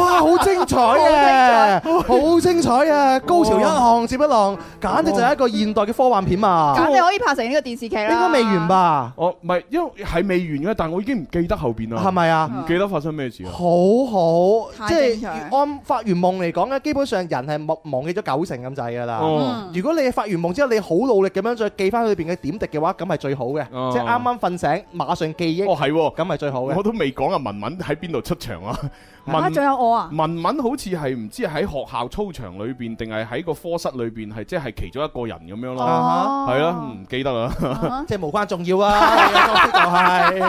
哇，好精彩啊！好精彩啊！高潮一浪接一浪，簡直就係一個現代嘅科幻片啊！簡直可以拍成呢個電視劇啦。應該未完？吧？哦，唔係，因為係未完嘅，但我已經唔記得後邊啦。係咪啊？唔記得發生咩事啦好。好，太即係精彩按發完夢嚟講咧，基本上人係忘忘記咗九成咁滯㗎啦。哦，嗯如果你發完夢之後，你好努力咁樣再記翻裏邊嘅點滴嘅話，咁係最好嘅，哦即係啱啱瞓醒馬上記哦憶，係喎，咁係最好嘅我。都未講啊，文文喺邊度出場啊？啊，文仲有我嗯啊！文文好似係唔知喺學校操場裏邊定係喺個科室裏邊係即係其中一個人咁樣哦咯，啊係啦，唔記得啦。即係無關重要啊！就係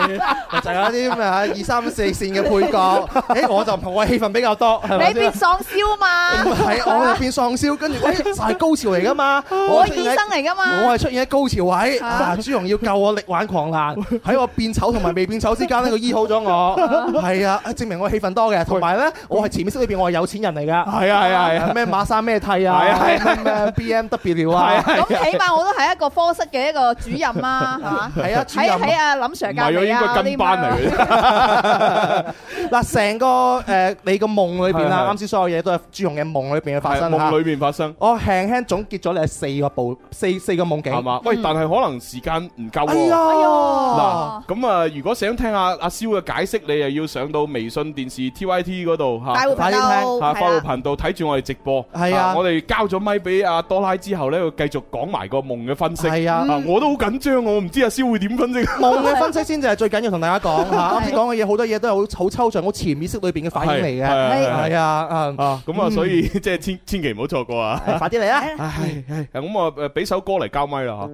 就係嗰啲咩啊二三四線嘅配角，誒我就我戲份比較多，係咪你先變？喪燒嘛？唔係我係變喪燒，跟住誒就係高潮嚟噶嘛！ 我出現醫喺生嚟噶嘛？我係出現喺高潮位，啊朱容要救我力挽 狂瀾，喺我變醜同埋未變醜之間呢，佢醫好咗我，係啊，證明我戲份多嘅，同埋咧我係潛意識裏邊我係有錢人嚟噶，係啊係啊係啊， 咩馬莎咩替係啊啊，係啊咩咩 B M W 係啊啊，咁起碼我都係一個科室嘅一個主任 啊，係嘛？係啊主任睇睇啊林 Sir 唔教係我你應啊，該嗰啲跟咁班嚟樣嘅啫。啊嗱成個誒你個夢裏邊係啦，係啱先所有嘢都係朱容嘅夢裏邊嘅發生係嚇夢裏面發生我輕輕總結咗你係四個部四四個夢境係，嘛？喂，但係可能時間唔夠哎喎。呀嗱，咁啊，如果想聽阿阿蕭嘅解釋，你又要上到微信電視 T Y T 嗰度嚇。大會頻快啲聽道啊！快係活 啦，頻道睇住我哋直播，係啊我哋交咗咪俾阿多拉之後咧，會繼續講埋個夢嘅分析。係啊。啊，我都好緊張，我唔知阿蕭會點分析。啊夢嘅分析先就係最緊要同大家講嚇，啱先講嘅嘢好多嘢都係好好抽象、好潛意識裏邊嘅反應嚟嘅，係係係係啊 啊，啊，咁啊，所以即係千千祈唔好錯過啊！快啲嚟啊！唉唉， 咁我誒俾首歌嚟交咪啦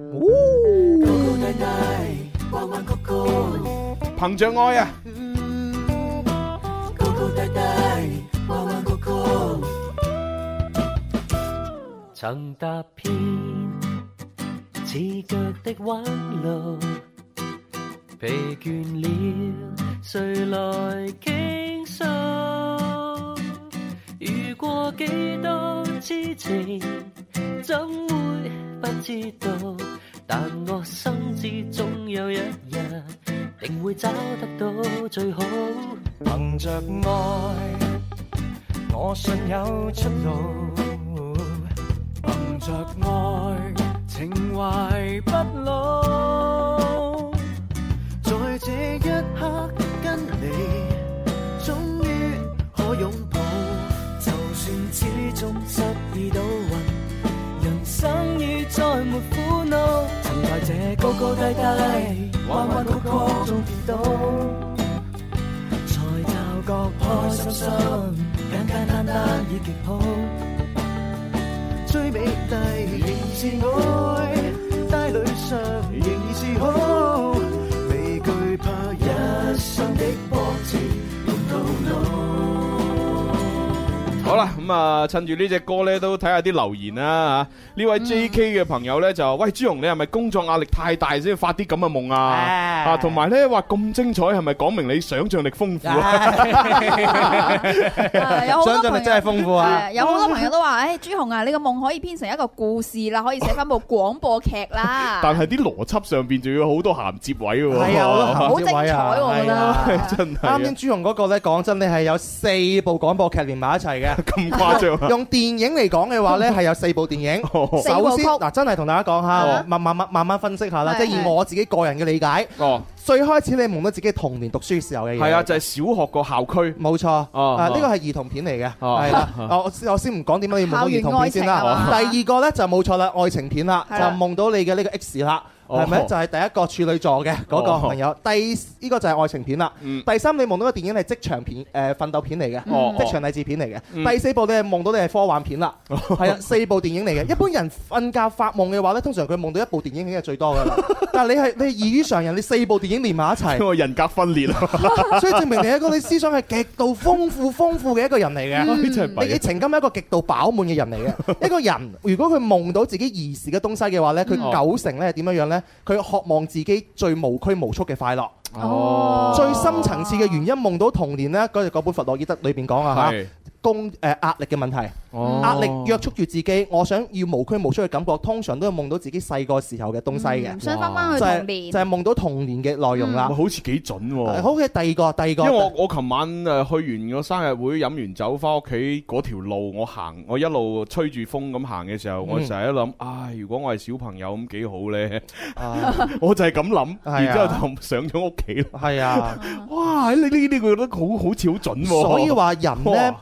嚇，憑着愛啊！曾踏遍似腳的彎路，疲倦了，誰來傾訴？遇過幾多痴情，怎會不知道？但我深知總有一日定會找得到最好。憑着愛，我信有出路。憑着愛，情懷不老。在這一刻跟你，終於可擁抱。就算始終失意倒運，人生已再沒苦惱。曾在這高高低低、彎彎曲曲中跌倒，才驟覺開心心，簡簡單單已極好。最美麗仍是愛，帶淚上仍然是好，未懼怕一生的波折變到老。好啦，咁啊，趁住呢只歌咧，都睇下啲留言啦吓。呢位 J.K. 嘅朋友咧就話喂，朱紅，你係咪工作壓力太大先發啲咁嘅夢啊？啊，同埋咧話咁精彩，係咪講明你想像力豐富啊？有好想多像朋力友真係豐富啊！誒有好多朋友都話：，誒 朱紅啊，你個夢可以編成一個故事啦，可以寫翻部廣播劇啦。但係啲邏輯上邊仲要好多銜接位喎。係啊好多銜接位啊好啊精彩我覺得 真係啱先朱紅嗰個咧，講真，你係有四部廣播劇連埋一齊 嘅，咁誇 張啊用電影嚟講嘅話咧，係有四部電影。四首部曲先嗱，真係同大家講下哦，慢慢慢慢慢分析下啦，係即係以係我自己個人嘅理解。哦，最開始你夢到自己童年讀書時候嘅嘢。係啊，就係小學個校區。冇錯。啊，哦呢個係兒童片嚟嘅，哦係 啦。我我先我先唔講點解要夢到兒童片先校園愛情啊啦。嘛第二個咧就冇錯啦，愛情片啦，就係啦夢到你嘅呢個 X 啦，哦係咪？就係第一個處女座嘅嗰個朋友。第呢個就係愛情片啦。第三你夢到嘅電影係職場片，誒奮鬥片嚟嘅，嗯哦職場勵志片嚟嗯嘅。第四部你係夢到你係科幻 片啦，係啊，四部電影嚟嘅。一般人瞓覺發夢嘅話咧，通常佢夢到一部電影已經係最 多㗎啦。但係你係你係異於常人，你四部電影連埋一齊因。為人格分裂 啊，所以證明你係一個你思想係極度豐富豐富嘅一個 人嚟嘅，嗯真係弊啊你嘅情感係一個極度飽滿嘅人嚟 嘅。一個人如果佢夢到自己兒時嘅東西嘅話呢佢嗯九成咧點樣樣呢？佢渴望自己最無拘無束嘅快樂。哦最深層次嘅原因夢到童年呢，嗰嗰本《弗洛伊德》裏邊講啊係嚇，供誒壓力嘅問題。哦壓力約束住自己，我想要無拘無束嘅感覺，通常都係夢到自己細個時候嘅東西嘅。嗯想返返去就係童年就係夢到童年嘅內容啦。哇好似幾準喎。好嘅，第二個，第二個。嗯因為我我琴晚誒去完個生日會，飲完酒翻屋企嗰條路，我行我一路吹住風咁行嘅時候，我嗯成日諗，唉，如果我係小朋友咁幾好咧， 啊我就係咁諗，係啊然之後就上咗屋企啦。係啊，哇！你呢呢個都好好似好準喎。所以話人呢哇，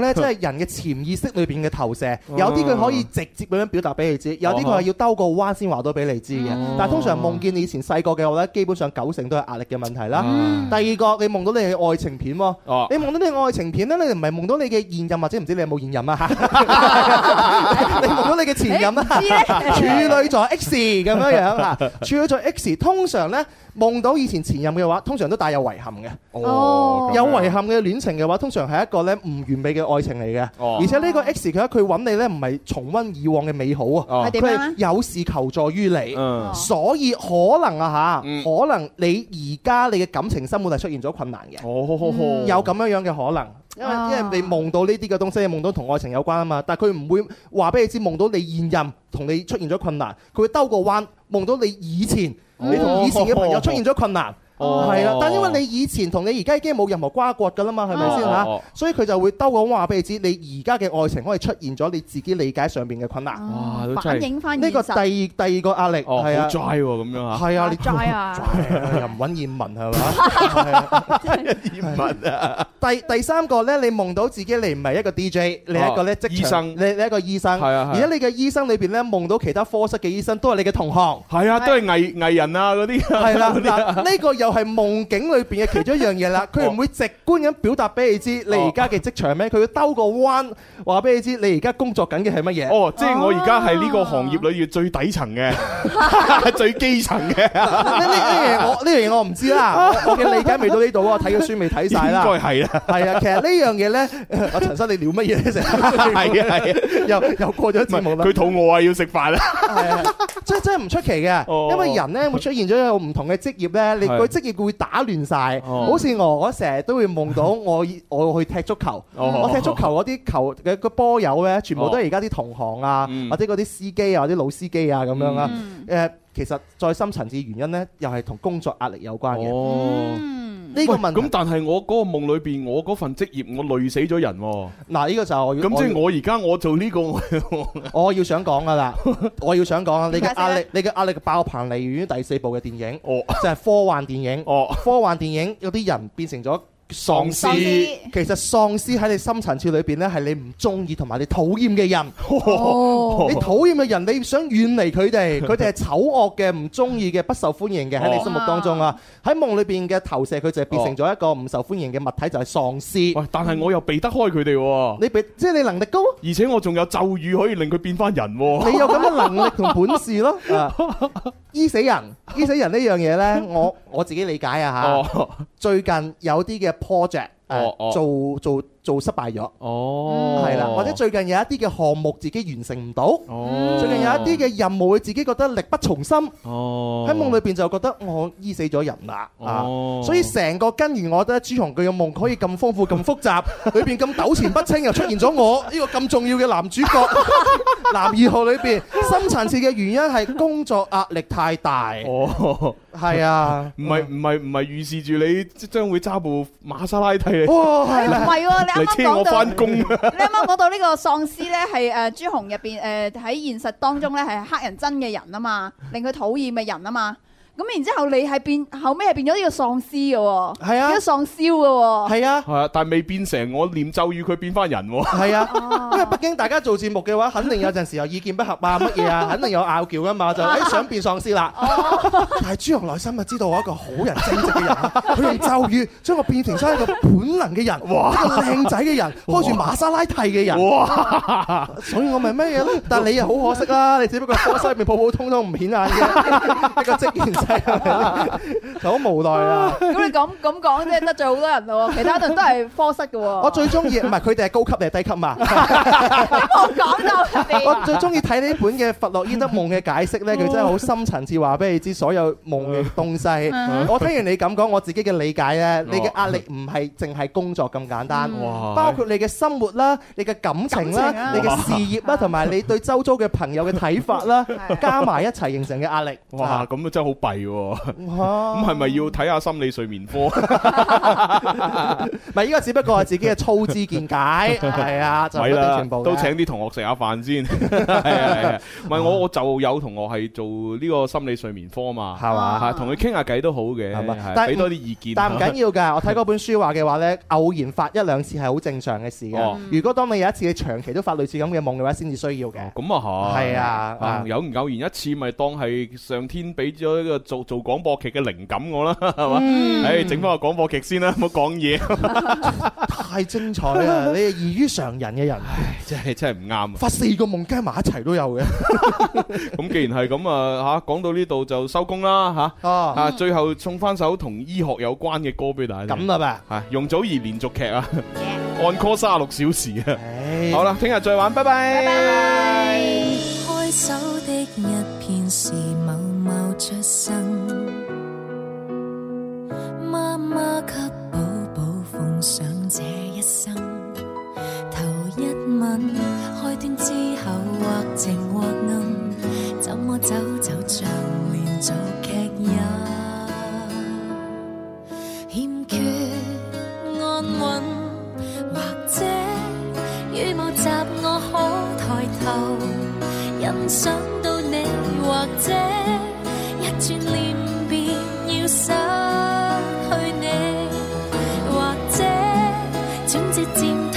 呢，即係人嘅潛意識裏邊嘅投射，嗯哦有啲佢可以直接咁樣表達俾你知，有啲佢係要兜個彎先話到俾你知嘅。嗯但係通常夢見你以前細個嘅話呢，基本上九成都係壓力嘅問題啦。嗯第二個，你夢到你嘅愛情片喎哦，你夢到你嘅愛情片呢，你唔係夢到你嘅現任或者唔知你有冇現 任啊？ 你夢到你嘅前任啦，啊哎誒唔知咧處女座 X 咁樣樣啊，處女座 X 通常呢，夢到以前前任嘅話，通常都帶有遺憾嘅。哦有遺憾嘅戀情嘅話，通常係一個咧唔完美嘅愛情嚟嘅。哦而且呢個 X 佢佢揾你呢，唔係重温以往嘅美好啊，係點佢樣啊係有事求助於你嗯，哦所以可能啊嚇，可能你而家你嘅感情生活係出現咗困難嘅。嗯有咁樣樣嘅可能。因為因為你夢到呢啲嘅東西，你夢到同愛情有關啊嘛，但係佢唔會話俾你知夢到你現任同你出現咗困難，佢會兜個彎夢到你以前，哦你同以前嘅朋友出現咗困難。哦係啦，但因為你以前同你而家已經冇任何瓜葛㗎啦嘛，係咪先哦嚇哦哦？所以佢就會兜個彎話俾你知，你而家嘅愛情可以出現咗你自己理解上邊嘅困難。嗯哇都真係反映哦返呢個現第實二第二個壓力哦，好係啊， dry 喎咁樣啊。係啊， 你齋啊！ 又唔揾燕文係嘛？葉問啊，第第三個咧，你夢到自己你唔係一個 DJ，你係一個咧啊職場醫生你你係一個醫生，係啊係啊而且你嘅醫生裏邊咧夢到其他科室嘅醫生都係你嘅 同行，係啊，都係藝藝人啊嗰啲。係啦， 嗰啲啊嗱呢個又係夢境裏邊嘅其中一樣嘢 啦。佢唔會直觀咁表達俾你知你哦而家嘅職場咩，佢要兜個彎話俾你知你而家工作緊嘅係乜嘢。哦，即係我而家係呢個行業裏邊最底層 嘅，最基層嘅。呢呢呢樣嘢我呢樣嘢我唔知啦，我我嘅理解未到呢度啊，我睇嘅書未睇晒啦。應 該係 啦係啊，其實呢 樣嘢咧，阿陳生你聊乜嘢咧？成日係啊係啊又又過咗節目啦。佢肚餓啊，要食飯啊。係啊，真真係唔出奇嘅，因為人咧會出現咗有唔同嘅職業咧，你哦係嗰職職業會打亂晒。哦好似我，我成日都會 夢到我我去踢足球，哦我踢足球嗰啲球嘅個波友咧，全部都哦係而家啲同行啊，嗯或者嗰啲司機啊，或者老司機啊咁樣啦。誒，其實再深層次原因咧，又係同工作壓力有關嘅。嗯呢個哦喂問題咁但係我嗰個夢裏邊，我嗰份職業我累死咗人喎。嗱，呢個就係我要咁即係嗯我我而家我做呢個， 我我要想講 噶啦，我要想講啊！你點嘅解壓咧力，你嘅壓力爆棚嚟源於第四部嘅電影，哦就係科幻電影。科幻電影有啲人變成咗喪喪屍屍，其實喪屍喺你深層次裏邊呢，係你唔中意同埋你討厭嘅人。哦 你討厭嘅人，你想遠離佢哋，佢哋係醜惡嘅、唔中意嘅、不受歡迎嘅喺你心目當中啊！喺夢裏邊嘅投射，佢就係變成咗一個唔受歡迎嘅物體，就係喪屍。喂，但係我又避得開佢哋喎。你避即係你能力高，而且我仲有咒語可以令佢變翻人喎。你有咁嘅能力同本事咯。啊醫死人，醫死人呢樣嘢呢，我我自己理解啊嚇哦。最近有啲嘅 project 啊哦哦做做做失敗咗，哦啊係啦，或者最近有一啲嘅項目自己完成唔到，最近有一啲嘅任務佢自己覺得力不從心。哦，喺夢裏邊就覺得我醫死咗人啦，啊哦，所以成個根源，我覺得朱紅佢嘅夢可以咁豐富、咁複 雜，裏邊咁糾纏不清，又出現咗我呢個咁重要嘅男主角， 男二號裏邊深層次嘅原因係工作壓力太大，哦，係啊，唔係唔係唔係預示住你即將會揸部瑪莎拉蒂嚟，哇係哎啦唔 係喎你啱啱嚟車我講到翻 工啊！你啱啱講到呢個喪屍咧，係誒朱紅入邊誒喺現實當中咧係黑人憎嘅人啊嘛，令佢討厭嘅人啊嘛。咁然之後你係變後尾係變咗呢個喪屍嘅喎，係啊變咗喪燒嘅喎，係啊。係啊，但係未變成我念咒語佢變翻人喎。係哦啊，因為畢竟大家做節目嘅話，肯定有陣時有意見不合啊，乜 嘢啊，肯定有拗撬噶嘛，哦就誒想變喪屍啦。 但係朱紅內心啊就知道我一個好人正直嘅人， 佢用咒語將我變成咗一個本能嘅人，一哇個靚仔嘅人，開住瑪莎拉蒂嘅哇人。 所以我咪咩嘢咧？但係你又好可惜啦，你只不過科西面普普通通唔顯眼嘅 一個職員仔， 就好無奈啊。咁你咁咁講即係得罪好多人咯喎，其他人都係科室嘅喎。哦我最中意唔係佢哋係高級定係低級嘛？冇講到你 我最中意睇呢本嘅《弗洛伊德夢》嘅解釋呢，佢真係好深層次話俾你知所有夢嘅東西 嗯。我聽完你咁講，我自己嘅理解呢，哦你嘅壓力唔係淨係工作咁簡單，哇包括你嘅生活啦、你嘅感感情情啦啊、你嘅事業啦，同埋你對周遭嘅朋友嘅睇 法啦，加埋一齊形成嘅壓力。哇，咁啊真係好弊喎！哇咁係咪要睇下心理睡眠科？唔係，依個只不過係自己嘅粗知 見解，係啊，就唔咪一定啦全部，嘅都請啲同學食下飯先。係啊係啊，唔係我我就有同學係做呢個心理睡眠科嘛，係嘛，同佢傾下偈都好嘅，係但俾多啲意見。啊但唔緊要㗎，我睇嗰本書話嘅話呢，偶然發一兩次係好正常嘅事嘅哦。如果當你有一次你長期都發類似咁嘅夢嘅話，先至需要 嘅。咁啊係，係啊啊有唔偶然一次咪當係上天俾咗一個做做廣播劇嘅靈感我啦， 係嘛？嗯誒，整翻個廣播劇先啦， 唔好講嘢，太精彩啦！ 你係異於常人嘅人，真係真係唔啱啊！發四個夢加埋一齊都有嘅。咁既然係咁啊嚇，講到呢度就收工啦嚇。哦啊，最後送翻首同醫學有關嘅歌俾大家聽。咁啦吧，嚇，容祖兒連續劇啊， 按 call 三十六小時啊。好啦，聽日再玩，拜拜。开手的一片是某某出生，妈妈给宝宝奉上这一生。头一吻开端之后，或情或暗，怎么走就像连續劇也欠缺安穩，或者羽毛集我可抬頭。欣賞到你，或者一轉臉便要失去你，或者轉折漸透